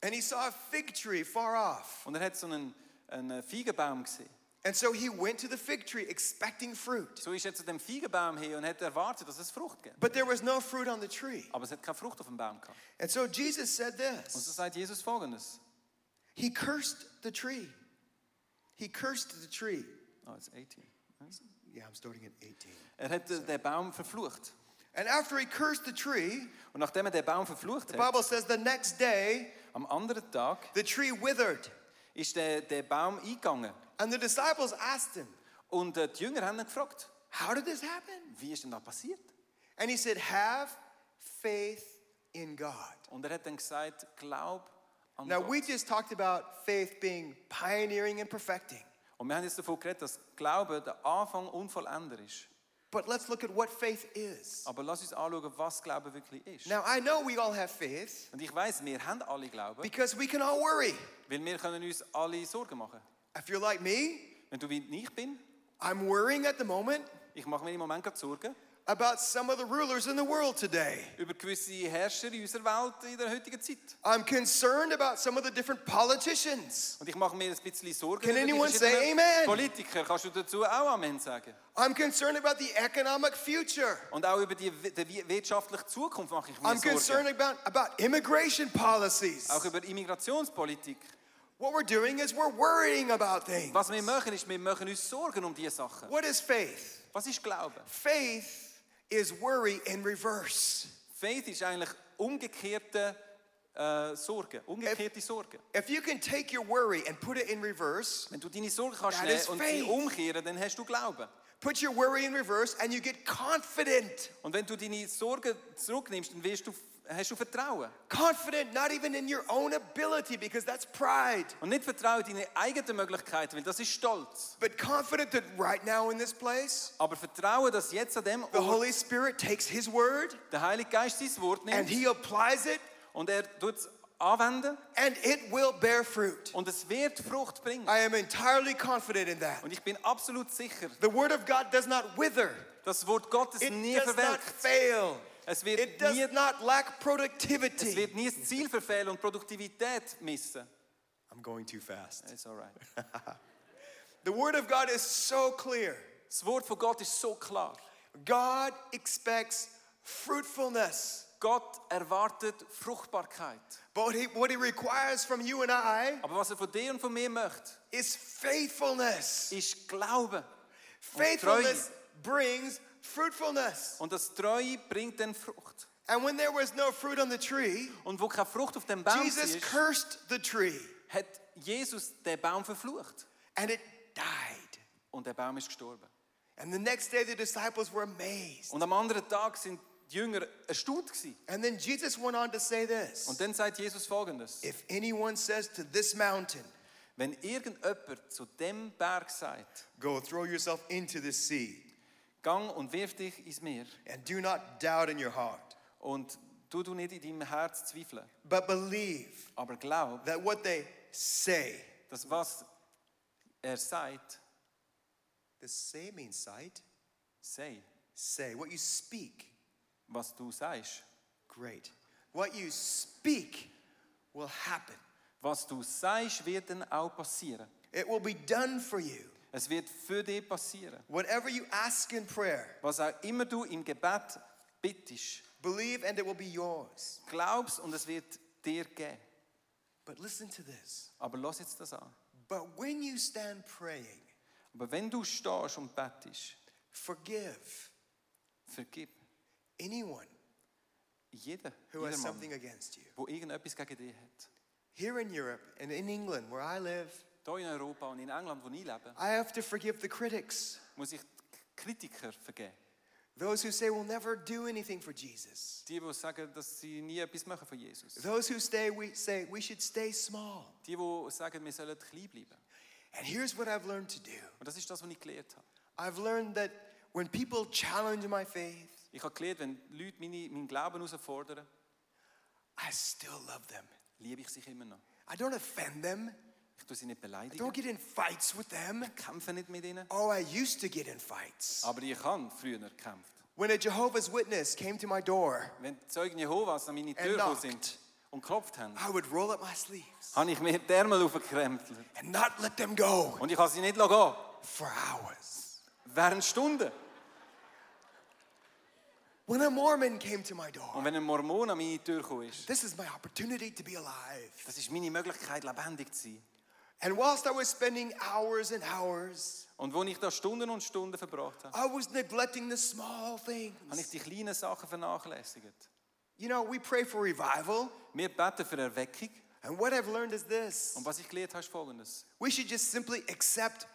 Speaker 2: and he saw a fig tree far off.
Speaker 3: Und er hat so einen, einen Feigenbaum gesehen.
Speaker 2: And so he went to the fig tree expecting fruit,
Speaker 3: So ist er zu dem Feigenbaum hin und hat erwartet, dass es Frucht gibt.
Speaker 2: but there was no fruit on the tree.
Speaker 3: Aber es hat keine Frucht auf dem Baum gehabt.
Speaker 2: And so Jesus said
Speaker 3: Und so
Speaker 2: this
Speaker 3: sagt Jesus folgendes.
Speaker 2: He cursed the tree. He cursed the tree.
Speaker 3: Ah, jetzt 18.
Speaker 2: Yeah, I'm starting at 18.
Speaker 3: Er hat äh, den Baum verflucht.
Speaker 2: And after he cursed the tree,
Speaker 3: Und nachdem er den Baum verflucht
Speaker 2: the
Speaker 3: hat,
Speaker 2: Bible says the next day
Speaker 3: am anderen Tag
Speaker 2: the tree withered.
Speaker 3: ist der, der Baum eingegangen.
Speaker 2: And the disciples asked him,
Speaker 3: Und äh, die Jünger haben ihn gefragt,
Speaker 2: How did this happen?
Speaker 3: wie ist denn das passiert?
Speaker 2: And he said, Have faith in God.
Speaker 3: Und er hat dann gesagt, glaub an
Speaker 2: Now,
Speaker 3: Gott.
Speaker 2: we just talked about faith being pioneering and perfecting,
Speaker 3: Und wir haben jetzt davon geredet, dass Glaube der Anfang unvollender ist.
Speaker 2: but let's look at what faith is.
Speaker 3: Aber lass uns anschauen, was Glaube wirklich ist.
Speaker 2: Now, I know we all have faith
Speaker 3: Und ich weiß, wir haben alle Glauben,
Speaker 2: because we can all worry.
Speaker 3: weil wir können uns alle Sorgen machen.
Speaker 2: If you're like me,
Speaker 3: Wenn du wie ich bin,
Speaker 2: I'm worrying at the moment
Speaker 3: ich mache mir im Moment gerade Sorgen
Speaker 2: about some of the rulers in the world today.
Speaker 3: über gewisse Herrscher in unserer Welt in der heutigen Zeit.
Speaker 2: I'm concerned about some of the different politicians.
Speaker 3: Und ich mache mir ein bisschen Sorgen
Speaker 2: Can
Speaker 3: über die
Speaker 2: anyone say
Speaker 3: verschiedenen
Speaker 2: amen?
Speaker 3: Politiker. Kannst du dazu auch Amen sagen?
Speaker 2: I'm concerned about the economic future.
Speaker 3: Und auch über die, die wir- wirtschaftliche Zukunft mache ich mir
Speaker 2: I'm concerned
Speaker 3: Sorgen.
Speaker 2: about, about immigration policies.
Speaker 3: Auch über Immigrationspolitik.
Speaker 2: What we're doing is we're worrying about things.
Speaker 3: Was wir machen, ist, wir machen uns Sorgen um diese Sachen.
Speaker 2: What is faith?
Speaker 3: Was ist Glauben?
Speaker 2: Faith is worry in reverse.
Speaker 3: Faith ist eigentlich umgekehrte äh, Sorgen, umgekehrte Sorgen.
Speaker 2: If you can take your worry and put it in reverse,
Speaker 3: Wenn du deine Sorgen kannst
Speaker 2: That is
Speaker 3: nehmen und sie
Speaker 2: faith.
Speaker 3: umkehren, dann hast du Glauben.
Speaker 2: put your worry in reverse, and you get confident.
Speaker 3: Und wenn du deine Sorgen zurücknimmst, dann wirst du, hast du Vertrauen.
Speaker 2: Confident not even in your own ability, because that's pride,
Speaker 3: Und nicht Vertrauen in deine eigenen Möglichkeiten, weil das ist Stolz.
Speaker 2: but confident that right now in this place,
Speaker 3: Aber Vertrauen, dass jetzt an dem
Speaker 2: the
Speaker 3: Ort
Speaker 2: Holy Spirit takes His word
Speaker 3: der Heilige Geist sein Wort
Speaker 2: and
Speaker 3: nimmt
Speaker 2: He applies it,
Speaker 3: und er tut es anwenden
Speaker 2: and it will bear fruit.
Speaker 3: und es wird Frucht bringen.
Speaker 2: I am entirely confident in that.
Speaker 3: Und ich bin absolut sicher,
Speaker 2: The word of God does not wither.
Speaker 3: das Wort Gottes
Speaker 2: It
Speaker 3: nie
Speaker 2: does not
Speaker 3: verwelkt.
Speaker 2: fail.
Speaker 3: Es
Speaker 2: It
Speaker 3: wird nie
Speaker 2: does not lack
Speaker 3: Es
Speaker 2: productivity.
Speaker 3: wird nie das Ziel verfehlen und Produktivität missen.
Speaker 2: I'm going too fast.
Speaker 3: It's alright.
Speaker 2: The word of God is so clear.
Speaker 3: Das Wort von Gott ist so klar.
Speaker 2: God expects fruitfulness.
Speaker 3: Gott erwartet Fruchtbarkeit.
Speaker 2: But he, what he requires from you and I
Speaker 3: Aber was er von dir und von mir möchte,
Speaker 2: is faithfulness.
Speaker 3: ist Glauben.
Speaker 2: Faithfulness brings fruitfulness.
Speaker 3: Und das Treue bringt dann Frucht.
Speaker 2: And when there was no fruit on the tree,
Speaker 3: Und wo keine Frucht auf dem Baum
Speaker 2: Jesus
Speaker 3: ist,
Speaker 2: cursed the tree
Speaker 3: hat Jesus den Baum verflucht.
Speaker 2: and it died.
Speaker 3: Und der Baum ist gestorben.
Speaker 2: And the next day, the disciples were amazed.
Speaker 3: Und am anderen Tag sind die Jünger erstaunt gewesen.
Speaker 2: And then Jesus went on to say
Speaker 3: Und
Speaker 2: this
Speaker 3: dann sagt Jesus folgendes.
Speaker 2: If anyone says to this mountain,
Speaker 3: Wenn irgendjemand zu dem Berg sagt,
Speaker 2: Go throw yourself into the sea,
Speaker 3: gang und wirf dich ins Meer,
Speaker 2: and do not doubt in your heart,
Speaker 3: Und tu du nicht in deinem Herz zweifeln,
Speaker 2: but believe
Speaker 3: aber glaub,
Speaker 2: that what they say,
Speaker 3: dass was er sagt,
Speaker 2: the say means sight,
Speaker 3: sei,
Speaker 2: say, what you speak,
Speaker 3: was du sagst.
Speaker 2: great. What you speak will happen.
Speaker 3: Was du sagst, wird dann auch passieren.
Speaker 2: It will be done for you.
Speaker 3: Es wird für dich passieren.
Speaker 2: Whatever you ask in prayer,
Speaker 3: Was auch immer du im Gebet bittest,
Speaker 2: believe and it will be yours.
Speaker 3: glaubst und es wird dir geben.
Speaker 2: But listen to this
Speaker 3: Aber lass jetzt das an.
Speaker 2: But when you stand praying,
Speaker 3: Aber wenn du stehst und bettest,
Speaker 2: forgive
Speaker 3: vergib
Speaker 2: anyone
Speaker 3: jeden,
Speaker 2: who has
Speaker 3: jedermann,
Speaker 2: something against you.
Speaker 3: der irgendetwas gegen dich hat.
Speaker 2: Here in Europe and in England, where I live,
Speaker 3: Hier in Europa und in England, wo ich lebe,
Speaker 2: I have to forgive the critics,
Speaker 3: muss ich die Kritiker vergeben.
Speaker 2: those who say we'll never do anything for Jesus,
Speaker 3: Die, die sagen, dass sie nie etwas machen für Jesus.
Speaker 2: those who stay, we say we should stay small.
Speaker 3: Die, die sagen, wir sollen klein bleiben.
Speaker 2: And here's what I've learned to do
Speaker 3: Und das ist das, was ich gelernt habe.
Speaker 2: I've learned that when people challenge my faith,
Speaker 3: Ich habe gelernt, wenn Leute meine, meinen Glauben herausfordern,
Speaker 2: I still love them.
Speaker 3: liebe ich sie immer noch.
Speaker 2: I don't offend them,
Speaker 3: Ich tue sie nicht
Speaker 2: I
Speaker 3: beleidigen,
Speaker 2: don't get in fights with them.
Speaker 3: ich kämpfe nicht mit ihnen.
Speaker 2: Oh, I used to get in fights.
Speaker 3: Aber ich habe früher gekämpft.
Speaker 2: When a Jehovah's Witness came to my door,
Speaker 3: Wenn die Zeugen Jehovas an meine Tür gekommen sind und geklopft haben,
Speaker 2: I would roll up my sleeves
Speaker 3: habe ich mir die Ärmel aufgekrempelt.
Speaker 2: and not let them go
Speaker 3: Und ich habe sie nicht gehen lassen.
Speaker 2: for hours.
Speaker 3: Während Stunden.
Speaker 2: When a Mormon came to my door,
Speaker 3: Und wenn ein Mormon an meine Tür gekommen ist,
Speaker 2: this is my opportunity to be alive.
Speaker 3: das ist meine Möglichkeit, lebendig zu sein.
Speaker 2: And whilst I was spending hours and hours,
Speaker 3: Und wo ich da Stunden und Stunden verbracht habe,
Speaker 2: I was neglecting the small
Speaker 3: habe ich
Speaker 2: things.
Speaker 3: die kleinen Sachen vernachlässigt.
Speaker 2: You know, we pray for revival,
Speaker 3: Wir beten für Erweckung.
Speaker 2: and what I've learned is this
Speaker 3: Und was ich gelernt habe, ist Folgendes.
Speaker 2: we should just simply accept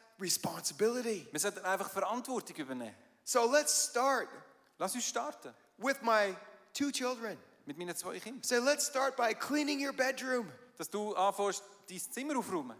Speaker 2: responsibility.
Speaker 3: Wir sollten einfach Verantwortung übernehmen.
Speaker 2: So let's start
Speaker 3: Lass uns starten
Speaker 2: with my two children.
Speaker 3: mit meinen zwei Kindern.
Speaker 2: Say, let's start by cleaning your bedroom.
Speaker 3: Dass du anfängst, dein Zimmer aufräumen.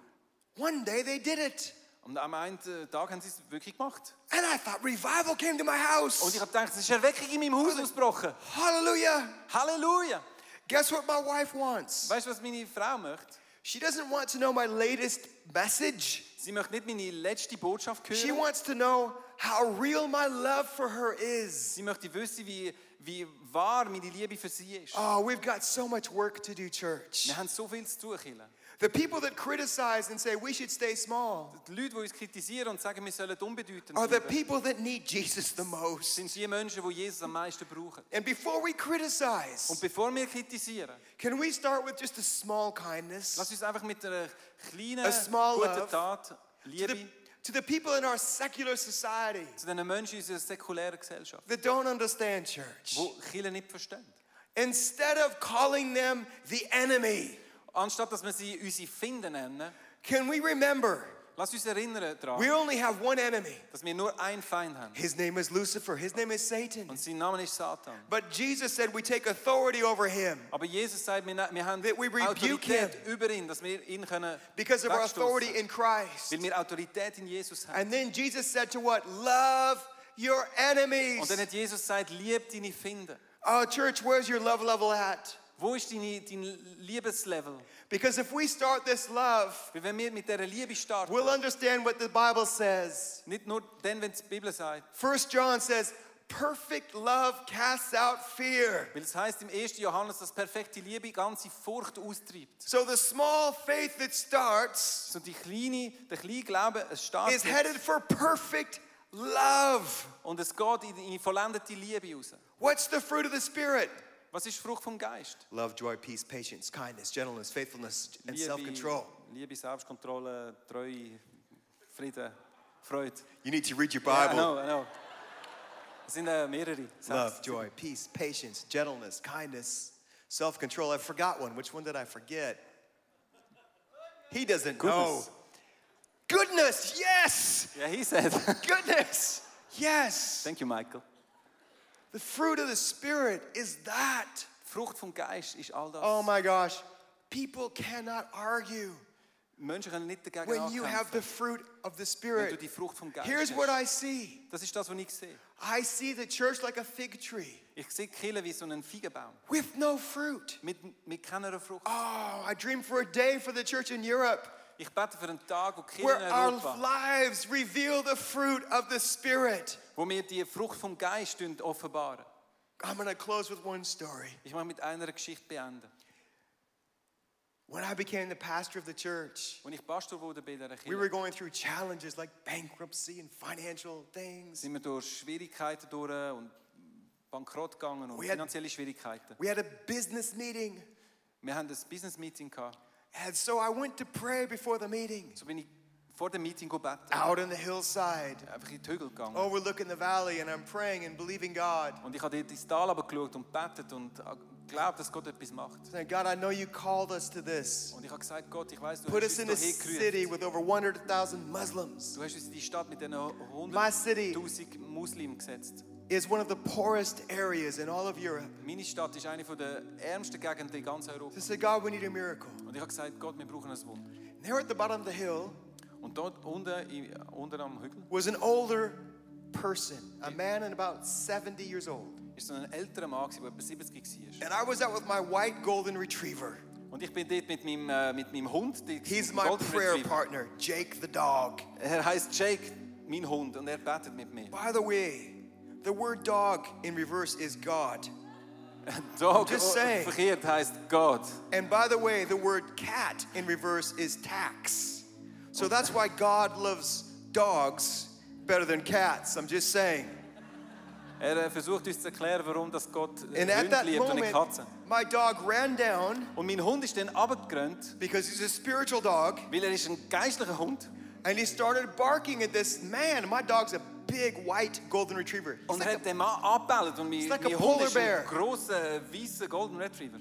Speaker 2: One day they did it.
Speaker 3: Und am einen Tag haben sie es wirklich gemacht.
Speaker 2: And I thought revival came to my
Speaker 3: Und
Speaker 2: house.
Speaker 3: ich habe gedacht, es ist Erweckung in meinem Haus ausgebrochen.
Speaker 2: Hallelujah.
Speaker 3: Halleluja!
Speaker 2: Guess what my wife wants?
Speaker 3: Weißt du, was meine Frau möchte?
Speaker 2: She doesn't want to know my latest message.
Speaker 3: Sie möchte nicht meine letzte Botschaft
Speaker 2: She
Speaker 3: hören.
Speaker 2: wants to know how real my love for her is.
Speaker 3: Sie möchte wissen, wie, wie wahr meine Liebe für sie ist.
Speaker 2: Oh, we've got so much work to do, church.
Speaker 3: Wir haben so viel zu tun, Kille.
Speaker 2: The people that criticize and say we should stay small
Speaker 3: Die Leute, die uns kritisieren und sagen, wir sollen unbedeutend
Speaker 2: are the
Speaker 3: bleiben,
Speaker 2: people that need Jesus the most.
Speaker 3: sind die Menschen, die Jesus am meisten brauchen.
Speaker 2: And before we
Speaker 3: Und
Speaker 2: criticize,
Speaker 3: bevor wir kritisieren,
Speaker 2: can we start with just a small kindness?
Speaker 3: lass uns einfach mit einer kleinen,
Speaker 2: A small
Speaker 3: guten
Speaker 2: love
Speaker 3: Tat,
Speaker 2: to the,
Speaker 3: Liebe,
Speaker 2: to the people in our secular society
Speaker 3: zu den Menschen in unserer säkulären Gesellschaft,
Speaker 2: that don't understand church.
Speaker 3: die Kille nicht verstehen.
Speaker 2: Instead of calling them the enemy,
Speaker 3: Anstatt, dass wir sie unsere Finden nennen,
Speaker 2: can we remember
Speaker 3: lass uns erinnern daran,
Speaker 2: we only have one enemy?
Speaker 3: dass wir nur einen Feind haben.
Speaker 2: His name is Lucifer, his name is Satan.
Speaker 3: Und sein Name ist Satan.
Speaker 2: But Jesus said we take authority over him
Speaker 3: Aber Jesus sagt, wir, wir haben
Speaker 2: That we rebuke
Speaker 3: Autorität über ihn, dass wir ihn können
Speaker 2: because of our
Speaker 3: wegstoßen,
Speaker 2: authority in Christ.
Speaker 3: weil wir Autorität in Jesus haben.
Speaker 2: And then Jesus said to what? Love your enemies.
Speaker 3: Und dann hat Jesus gesagt, lieb deine Finden.
Speaker 2: Oh, church, where's your love level at?
Speaker 3: Wo ist deine, dein Liebeslevel?
Speaker 2: Because if we start this love,
Speaker 3: Weil wenn wir mit dieser Liebe starten,
Speaker 2: we'll understand what the Bible says.
Speaker 3: nicht nur dann, wenn die Bibel sagt,
Speaker 2: First John says, perfect love casts out fear.
Speaker 3: weil es heißt im 1. Johannes, dass perfekte Liebe ganze Furcht austreibt.
Speaker 2: So the small faith that starts
Speaker 3: So die kleine, der kleine Glaube, es
Speaker 2: is
Speaker 3: startet
Speaker 2: headed for perfect love.
Speaker 3: und es geht in die vollendete Liebe raus.
Speaker 2: What's the fruit of the Spirit?
Speaker 3: Was ist die Frucht vom Geist?
Speaker 2: Love, joy, peace, patience, kindness, gentleness, faithfulness, and self
Speaker 3: Liebe,
Speaker 2: control.
Speaker 3: Liebe, Selbstkontrolle, Treue, Frieden, Freude.
Speaker 2: You need to read your
Speaker 3: Ja,
Speaker 2: Bible.
Speaker 3: I know, I know. Es sind äh, mehrere.
Speaker 2: Love,
Speaker 3: Sechs.
Speaker 2: joy, peace, patience, gentleness, kindness, self control. I forgot one. Which one did I forget? He doesn't know.
Speaker 3: Goodness.
Speaker 2: Goodness, yes!
Speaker 3: Yeah, he said.
Speaker 2: Goodness, yes!
Speaker 3: Thank you, Michael.
Speaker 2: The fruit of the Spirit is that.
Speaker 3: Frucht vom Geist ist all das.
Speaker 2: Oh my gosh. People cannot argue
Speaker 3: Menschen können nicht dagegen
Speaker 2: when you have the
Speaker 3: ankämpfen,
Speaker 2: fruit of the
Speaker 3: wenn du
Speaker 2: Spirit.
Speaker 3: die Frucht vom Geist
Speaker 2: Here's
Speaker 3: hast.
Speaker 2: what I see
Speaker 3: Das ist das, was ich sehe.
Speaker 2: I see the church like a fig tree
Speaker 3: Ich sehe Kille wie so einen Feigenbaum.
Speaker 2: with no fruit.
Speaker 3: Mit, mit keiner Frucht.
Speaker 2: Oh, I dream for a day for the church in Europe
Speaker 3: Ich bete für einen Tag, wo Kille
Speaker 2: where
Speaker 3: in
Speaker 2: our
Speaker 3: Europa,
Speaker 2: lives reveal the fruit of the Spirit.
Speaker 3: wo wir die Frucht vom Geist offenbaren.
Speaker 2: I'm going to close with one story.
Speaker 3: Ich möchte mit einer Geschichte beenden.
Speaker 2: When I became the pastor of the church,
Speaker 3: Als ich Pastor wurde bei dieser
Speaker 2: we
Speaker 3: Kirche,
Speaker 2: were going through challenges like bankruptcy and financial things.
Speaker 3: sind wir durch Schwierigkeiten durch und bankrott gegangen und
Speaker 2: We had-
Speaker 3: finanzielle Schwierigkeiten.
Speaker 2: We had a business meeting.
Speaker 3: Wir haben ein Business Meeting gehabt
Speaker 2: And so I went to pray before the meeting
Speaker 3: So bin ich vor dem Meeting gebeten,
Speaker 2: out on the hillside,
Speaker 3: einfach in die Hügel gegangen.
Speaker 2: overlooking the valley, and I'm praying and believing God.
Speaker 3: Und ich habe dort ins Tal runtergeschaut und gebetet und geglaubt, dass Gott etwas macht.
Speaker 2: Saying, God, I know you called us to this.
Speaker 3: Und ich habe gesagt, Gott, ich weiß, du
Speaker 2: Put us
Speaker 3: hast
Speaker 2: in
Speaker 3: uns
Speaker 2: a
Speaker 3: hierher
Speaker 2: city
Speaker 3: gerufen.
Speaker 2: with over 100,000 Muslims.
Speaker 3: Du hast uns in die Stadt mit diesen
Speaker 2: My city
Speaker 3: 100'000 Muslimen gesetzt.
Speaker 2: is one of the poorest areas in all of Europe.
Speaker 3: Meine Stadt ist eine der ärmsten Gegenden in ganz Europa.
Speaker 2: So I said, God, we need a miracle.
Speaker 3: Und ich habe gesagt, Gott, wir brauchen ein Wunder.
Speaker 2: And there at the bottom of the hill
Speaker 3: Und dort unten, im- unten am Hügel
Speaker 2: was an older person, a man in about 70 years old.
Speaker 3: ist so ein älterer Mann, gewesen, der etwa 70 war.
Speaker 2: And I was out with my white golden retriever.
Speaker 3: Und ich bin dort mit meinem, äh, mit meinem Hund. dort-
Speaker 2: He's
Speaker 3: mit
Speaker 2: my
Speaker 3: Golden
Speaker 2: prayer
Speaker 3: Retriever.
Speaker 2: partner, Jake the dog.
Speaker 3: Er heißt Jake, mein Hund, und er betet mit mir.
Speaker 2: By the way, the word dog in reverse is God.
Speaker 3: Dog
Speaker 2: Just
Speaker 3: oh,
Speaker 2: saying.
Speaker 3: verkehrt heißt Gott.
Speaker 2: And by the way, the word cat in reverse is tax. So that's why God loves dogs better than cats. I'm just saying.
Speaker 3: Er äh, versucht uns zu erklären, warum das Gott äh,
Speaker 2: And at
Speaker 3: Hunde
Speaker 2: that
Speaker 3: liebt und
Speaker 2: moment,
Speaker 3: nicht Katzen.
Speaker 2: my dog ran down
Speaker 3: Und mein Hund ist dann runtergerannt,
Speaker 2: because he's a spiritual dog
Speaker 3: weil er ist ein geistlicher Hund.
Speaker 2: and he started barking at this man. My dog's a big white golden retriever. He's
Speaker 3: Und
Speaker 2: like
Speaker 3: er hat den Mann abbellt und mein,
Speaker 2: It's like a
Speaker 3: mein Hund
Speaker 2: polar
Speaker 3: ist ein
Speaker 2: bear.
Speaker 3: grosser, weißer Golden Retriever.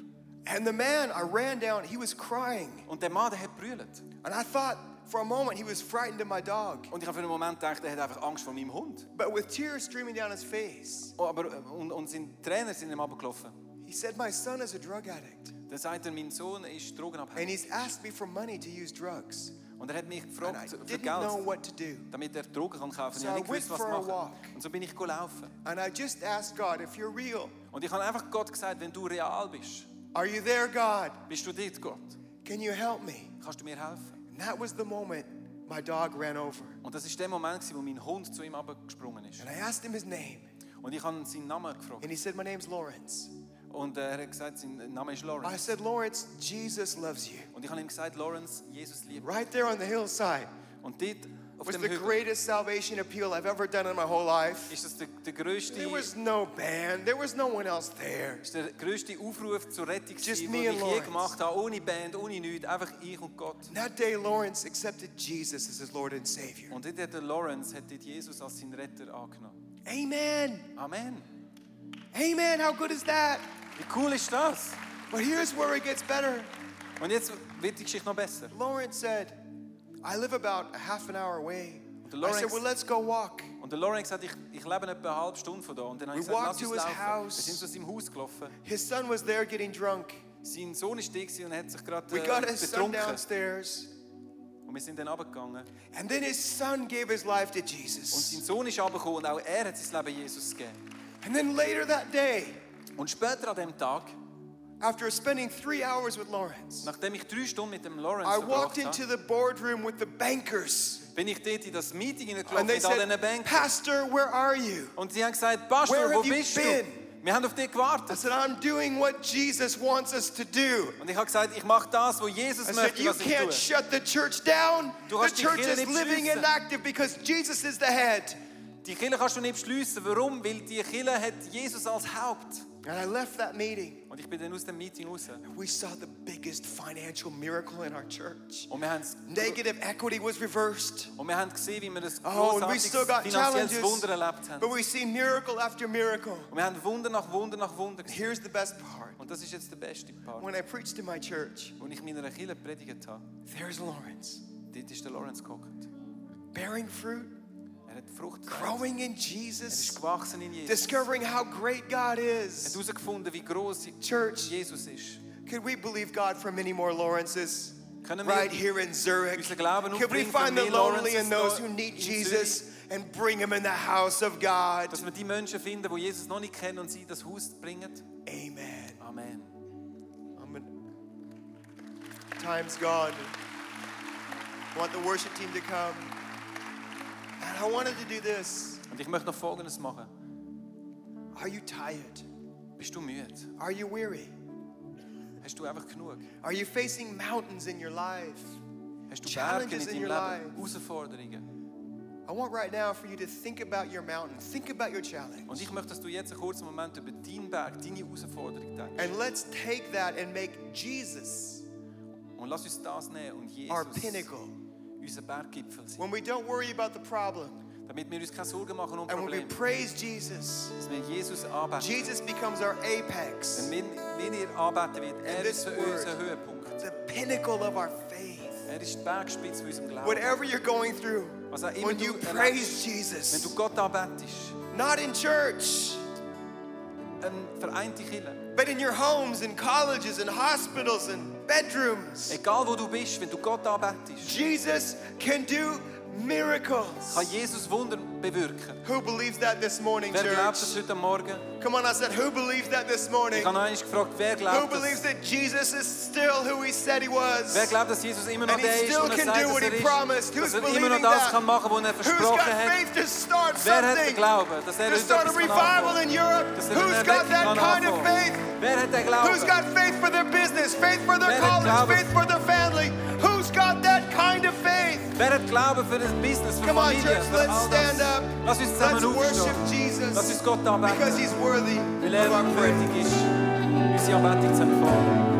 Speaker 2: a- and the man, I ran down, he was crying.
Speaker 3: Und der Mann, der hat brüllt.
Speaker 2: And I thought for a moment he was frightened of my dog.
Speaker 3: Und ich habe für einen Moment gedacht, er hat einfach Angst vor meinem Hund.
Speaker 2: But with tears streaming down his face,
Speaker 3: Oh, aber, äh, und, und seine Trainer sind ihm runtergelaufen.
Speaker 2: he said, My son is a drug addict
Speaker 3: Dann sagt er, mein Sohn ist
Speaker 2: and
Speaker 3: drogenabhängig.
Speaker 2: he's asked me for money to use drugs.
Speaker 3: Und er hat mich
Speaker 2: And I
Speaker 3: gefragt, für
Speaker 2: didn't know
Speaker 3: Geld,
Speaker 2: what to do.
Speaker 3: damit er Drogen kann kaufen
Speaker 2: So
Speaker 3: kann.
Speaker 2: I
Speaker 3: Ich habe nicht
Speaker 2: went
Speaker 3: gewusst, was
Speaker 2: for a
Speaker 3: machen.
Speaker 2: walk.
Speaker 3: Und so bin ich gelaufen.
Speaker 2: And I just asked God, If you're real,
Speaker 3: Und ich habe einfach Gott gesagt, wenn du real bist,
Speaker 2: are you there, God?
Speaker 3: bist du dort, Gott?
Speaker 2: Can you help me?
Speaker 3: Kannst du mir helfen?
Speaker 2: And that was the moment my dog ran over.
Speaker 3: Und das war der Moment, gewesen, wo mein Hund zu ihm abgesprungen ist.
Speaker 2: And I asked him his name.
Speaker 3: Und ich habe seinen Namen gefragt.
Speaker 2: And he said, My name's Lawrence.
Speaker 3: Und äh, er hat gesagt, sein Name ist
Speaker 2: I
Speaker 3: Lawrence.
Speaker 2: said, Lawrence, Jesus loves you.
Speaker 3: Und ich habe ihm gesagt, Lawrence, Jesus liebt.
Speaker 2: Right there on the hillside
Speaker 3: Und dort auf
Speaker 2: was
Speaker 3: dem
Speaker 2: the
Speaker 3: Hügel
Speaker 2: greatest salvation appeal I've ever done in my whole life.
Speaker 3: ist das der, der größte,
Speaker 2: There was no band, there was no one else there.
Speaker 3: ist der größte Aufruf zur Rettung,
Speaker 2: Just
Speaker 3: gewesen,
Speaker 2: me
Speaker 3: den ich
Speaker 2: and
Speaker 3: je
Speaker 2: Lawrence.
Speaker 3: gemacht habe, ohne Band, ohne nichts, einfach ich und Gott.
Speaker 2: And that day, Lawrence accepted Jesus as his Lord and Savior.
Speaker 3: Und dort hat der Lawrence hat dort Jesus als seinen Retter angenommen.
Speaker 2: Amen.
Speaker 3: Amen.
Speaker 2: Amen. How good is that?
Speaker 3: Wie cool ist das?
Speaker 2: But here's where it gets better.
Speaker 3: Und jetzt wird die Geschichte noch besser.
Speaker 2: Lawrence said, I live about a half an hour away. I said,
Speaker 3: Lawrence-
Speaker 2: Well, let's go walk.
Speaker 3: Und der Lawrence hat, ich, ich lebe etwa eine halbe Stunde von da. Und dann habe ich
Speaker 2: We
Speaker 3: gesagt,
Speaker 2: walked
Speaker 3: lass uns
Speaker 2: to his
Speaker 3: laufen. Wir
Speaker 2: house.
Speaker 3: sind zu seinem Haus gelaufen.
Speaker 2: His son was there getting drunk.
Speaker 3: Sein Sohn ist da gewesen und hat sich gerade
Speaker 2: We got
Speaker 3: äh,
Speaker 2: his son
Speaker 3: betrunken.
Speaker 2: downstairs.
Speaker 3: Und wir sind dann runtergegangen.
Speaker 2: And then his son gave his life to
Speaker 3: Und sein
Speaker 2: Jesus.
Speaker 3: Sohn ist runtergekommen und auch er hat sein Leben Jesus gegeben.
Speaker 2: And then later that day,
Speaker 3: Und später an dem Tag,
Speaker 2: after spending three hours with Lawrence,
Speaker 3: nachdem ich drei Stunden mit dem Lawrence
Speaker 2: I walked
Speaker 3: verbracht
Speaker 2: into
Speaker 3: habe,
Speaker 2: the boardroom with the bankers.
Speaker 3: bin ich dort in das Meeting hineingelaufen
Speaker 2: And they
Speaker 3: mit all diesen
Speaker 2: said,
Speaker 3: Banken.
Speaker 2: Pastor, where are you?
Speaker 3: Und sie haben gesagt,
Speaker 2: Where
Speaker 3: Pastor, wo
Speaker 2: have you
Speaker 3: bist du?
Speaker 2: been?
Speaker 3: Wir haben auf dich
Speaker 2: I
Speaker 3: gewartet.
Speaker 2: said, I'm doing what Jesus wants us to do.
Speaker 3: Und ich habe gesagt, ich mache das, was Jesus
Speaker 2: I said,
Speaker 3: möchte,
Speaker 2: You
Speaker 3: was ich
Speaker 2: can't
Speaker 3: tue.
Speaker 2: shut the church down.
Speaker 3: Du
Speaker 2: The
Speaker 3: kannst die
Speaker 2: church
Speaker 3: Kirche
Speaker 2: is
Speaker 3: nicht
Speaker 2: living and
Speaker 3: schliessen."
Speaker 2: active because Jesus is the head.
Speaker 3: Die Kirche kannst du nicht beschliessen. Warum? Weil die Kirche hat Jesus als Haupt.
Speaker 2: And I left that meeting.
Speaker 3: Und ich bin dann aus dem Meeting raus.
Speaker 2: We saw the biggest financial miracle in our church.
Speaker 3: Und wir haben's-
Speaker 2: Negative equity was reversed.
Speaker 3: Und wir haben gesehen, wie wir ein
Speaker 2: Oh, and we
Speaker 3: großartiges
Speaker 2: still got
Speaker 3: finanzielles
Speaker 2: challenges.
Speaker 3: Wunder erlebt haben.
Speaker 2: But we see miracle after miracle.
Speaker 3: Und wir haben Wunder nach Wunder nach Wunder gesehen.
Speaker 2: Here's the best part.
Speaker 3: Und das ist jetzt der beste Part.
Speaker 2: When I preached in my church,
Speaker 3: Als ich meiner Kirche predigt habe,
Speaker 2: there's Lawrence
Speaker 3: dort ist der Lawrence gehockt.
Speaker 2: bearing fruit,
Speaker 3: Er hat Frucht getragen.
Speaker 2: growing in
Speaker 3: Er ist
Speaker 2: Jesus,
Speaker 3: gewachsen in Jesus.
Speaker 2: discovering how great God
Speaker 3: Er hat
Speaker 2: is.
Speaker 3: herausgefunden, wie gross
Speaker 2: Church,
Speaker 3: Jesus ist.
Speaker 2: could we believe God for many more Lawrences?
Speaker 3: Können wir
Speaker 2: Right here in Zurich.
Speaker 3: unseren Glauben
Speaker 2: Could we
Speaker 3: aufbringen für
Speaker 2: find the
Speaker 3: mehr
Speaker 2: lonely
Speaker 3: Lawrences
Speaker 2: and those
Speaker 3: da
Speaker 2: who need
Speaker 3: in
Speaker 2: Jesus and bring them in the house of God?
Speaker 3: Dass wir die Menschen finden, die Jesus noch nicht kennen und sie in das Haus bringen.
Speaker 2: Amen.
Speaker 3: Amen.
Speaker 2: I'm gonna... Time's gone. want the worship team to come. And I wanted to do this.
Speaker 3: Und ich möchte noch Folgendes machen.
Speaker 2: Are you tired?
Speaker 3: Bist du müde?
Speaker 2: Are you weary?
Speaker 3: Hast du einfach genug?
Speaker 2: Are you facing mountains in your life?
Speaker 3: Hast du Berge
Speaker 2: Challenges
Speaker 3: in deinem
Speaker 2: in your
Speaker 3: Leben?
Speaker 2: life.
Speaker 3: Herausforderungen?
Speaker 2: I want right now for you to think about your mountain, think about your challenge.
Speaker 3: Und ich möchte, dass du jetzt einen kurzen Moment über deinen Berg, deine Herausforderung denkst.
Speaker 2: And let's take that and make Jesus
Speaker 3: Und lass uns das nehmen und
Speaker 2: our
Speaker 3: Jesus
Speaker 2: pinnacle.
Speaker 3: unser Berggipfel sein.
Speaker 2: When we don't worry about the problem
Speaker 3: Damit wir uns keine Sorgen machen
Speaker 2: and
Speaker 3: um
Speaker 2: when we
Speaker 3: Probleme.
Speaker 2: praise Jesus,
Speaker 3: Dass wir Jesus anbeten.
Speaker 2: Jesus becomes our apex,
Speaker 3: Wenn wir, wenn ihr anbeten wird, er
Speaker 2: this
Speaker 3: ist für
Speaker 2: word.
Speaker 3: uns ein Höhepunkt.
Speaker 2: the pinnacle of our faith.
Speaker 3: Er ist die Bergspitze unserem Glauben.
Speaker 2: Whatever you're going through,
Speaker 3: Was auch immer
Speaker 2: when
Speaker 3: du
Speaker 2: you
Speaker 3: erlebst,
Speaker 2: praise
Speaker 3: Wenn du
Speaker 2: Jesus,
Speaker 3: Gott anbetest,
Speaker 2: not in church,
Speaker 3: eine vereinte Kirche,
Speaker 2: but in your homes and colleges and hospitals and bedrooms,
Speaker 3: egal wo du bist, wenn du Gott anbetest,
Speaker 2: Jesus can do miracles.
Speaker 3: kann Jesus Wunder bewirken.
Speaker 2: Who believes that this morning,
Speaker 3: Wer glaubt das
Speaker 2: church?
Speaker 3: heute Morgen?
Speaker 2: Come on, I said, who believes that this morning?
Speaker 3: Ich habe noch einmal gefragt, wer
Speaker 2: Who
Speaker 3: glaubt
Speaker 2: believes
Speaker 3: das?
Speaker 2: that Jesus is still who he said he
Speaker 3: Wer
Speaker 2: was?
Speaker 3: glaubt, dass Jesus immer noch
Speaker 2: And he
Speaker 3: der ist
Speaker 2: still
Speaker 3: und er
Speaker 2: can
Speaker 3: sagt,
Speaker 2: do
Speaker 3: dass
Speaker 2: what he
Speaker 3: er
Speaker 2: promised.
Speaker 3: ist,
Speaker 2: Who's
Speaker 3: dass er immer noch
Speaker 2: believing
Speaker 3: das
Speaker 2: that?
Speaker 3: kann machen, was er
Speaker 2: Who's
Speaker 3: versprochen
Speaker 2: got
Speaker 3: hat?
Speaker 2: faith to start
Speaker 3: Wer hat den
Speaker 2: something?
Speaker 3: Glauben, dass er
Speaker 2: To
Speaker 3: heute
Speaker 2: start a
Speaker 3: etwas
Speaker 2: revival in
Speaker 3: anfangen
Speaker 2: Europe?
Speaker 3: kann? Dass er
Speaker 2: Who's
Speaker 3: eine
Speaker 2: got
Speaker 3: Erweckung
Speaker 2: that
Speaker 3: kann
Speaker 2: kind of
Speaker 3: anfangen?
Speaker 2: faith?
Speaker 3: Wer hat den
Speaker 2: Who's
Speaker 3: Glauben?
Speaker 2: got faith for their business, faith for their
Speaker 3: Wer hat
Speaker 2: college,
Speaker 3: Glauben?
Speaker 2: faith for their family? Who's got that kind of faith?
Speaker 3: Wer hat Glauben für das Business, für
Speaker 2: Come on,
Speaker 3: Familie,
Speaker 2: church,
Speaker 3: für
Speaker 2: let's
Speaker 3: all
Speaker 2: stand
Speaker 3: das?
Speaker 2: up.
Speaker 3: Lass uns
Speaker 2: Let's
Speaker 3: zusammen
Speaker 2: worship
Speaker 3: aufstehen, Lass
Speaker 2: Jesus
Speaker 3: uns Gott anbeten.
Speaker 2: because he's worthy
Speaker 3: weil
Speaker 2: of
Speaker 3: er
Speaker 2: our praise.
Speaker 3: würdig ist, unsere Anbetung zu empfangen.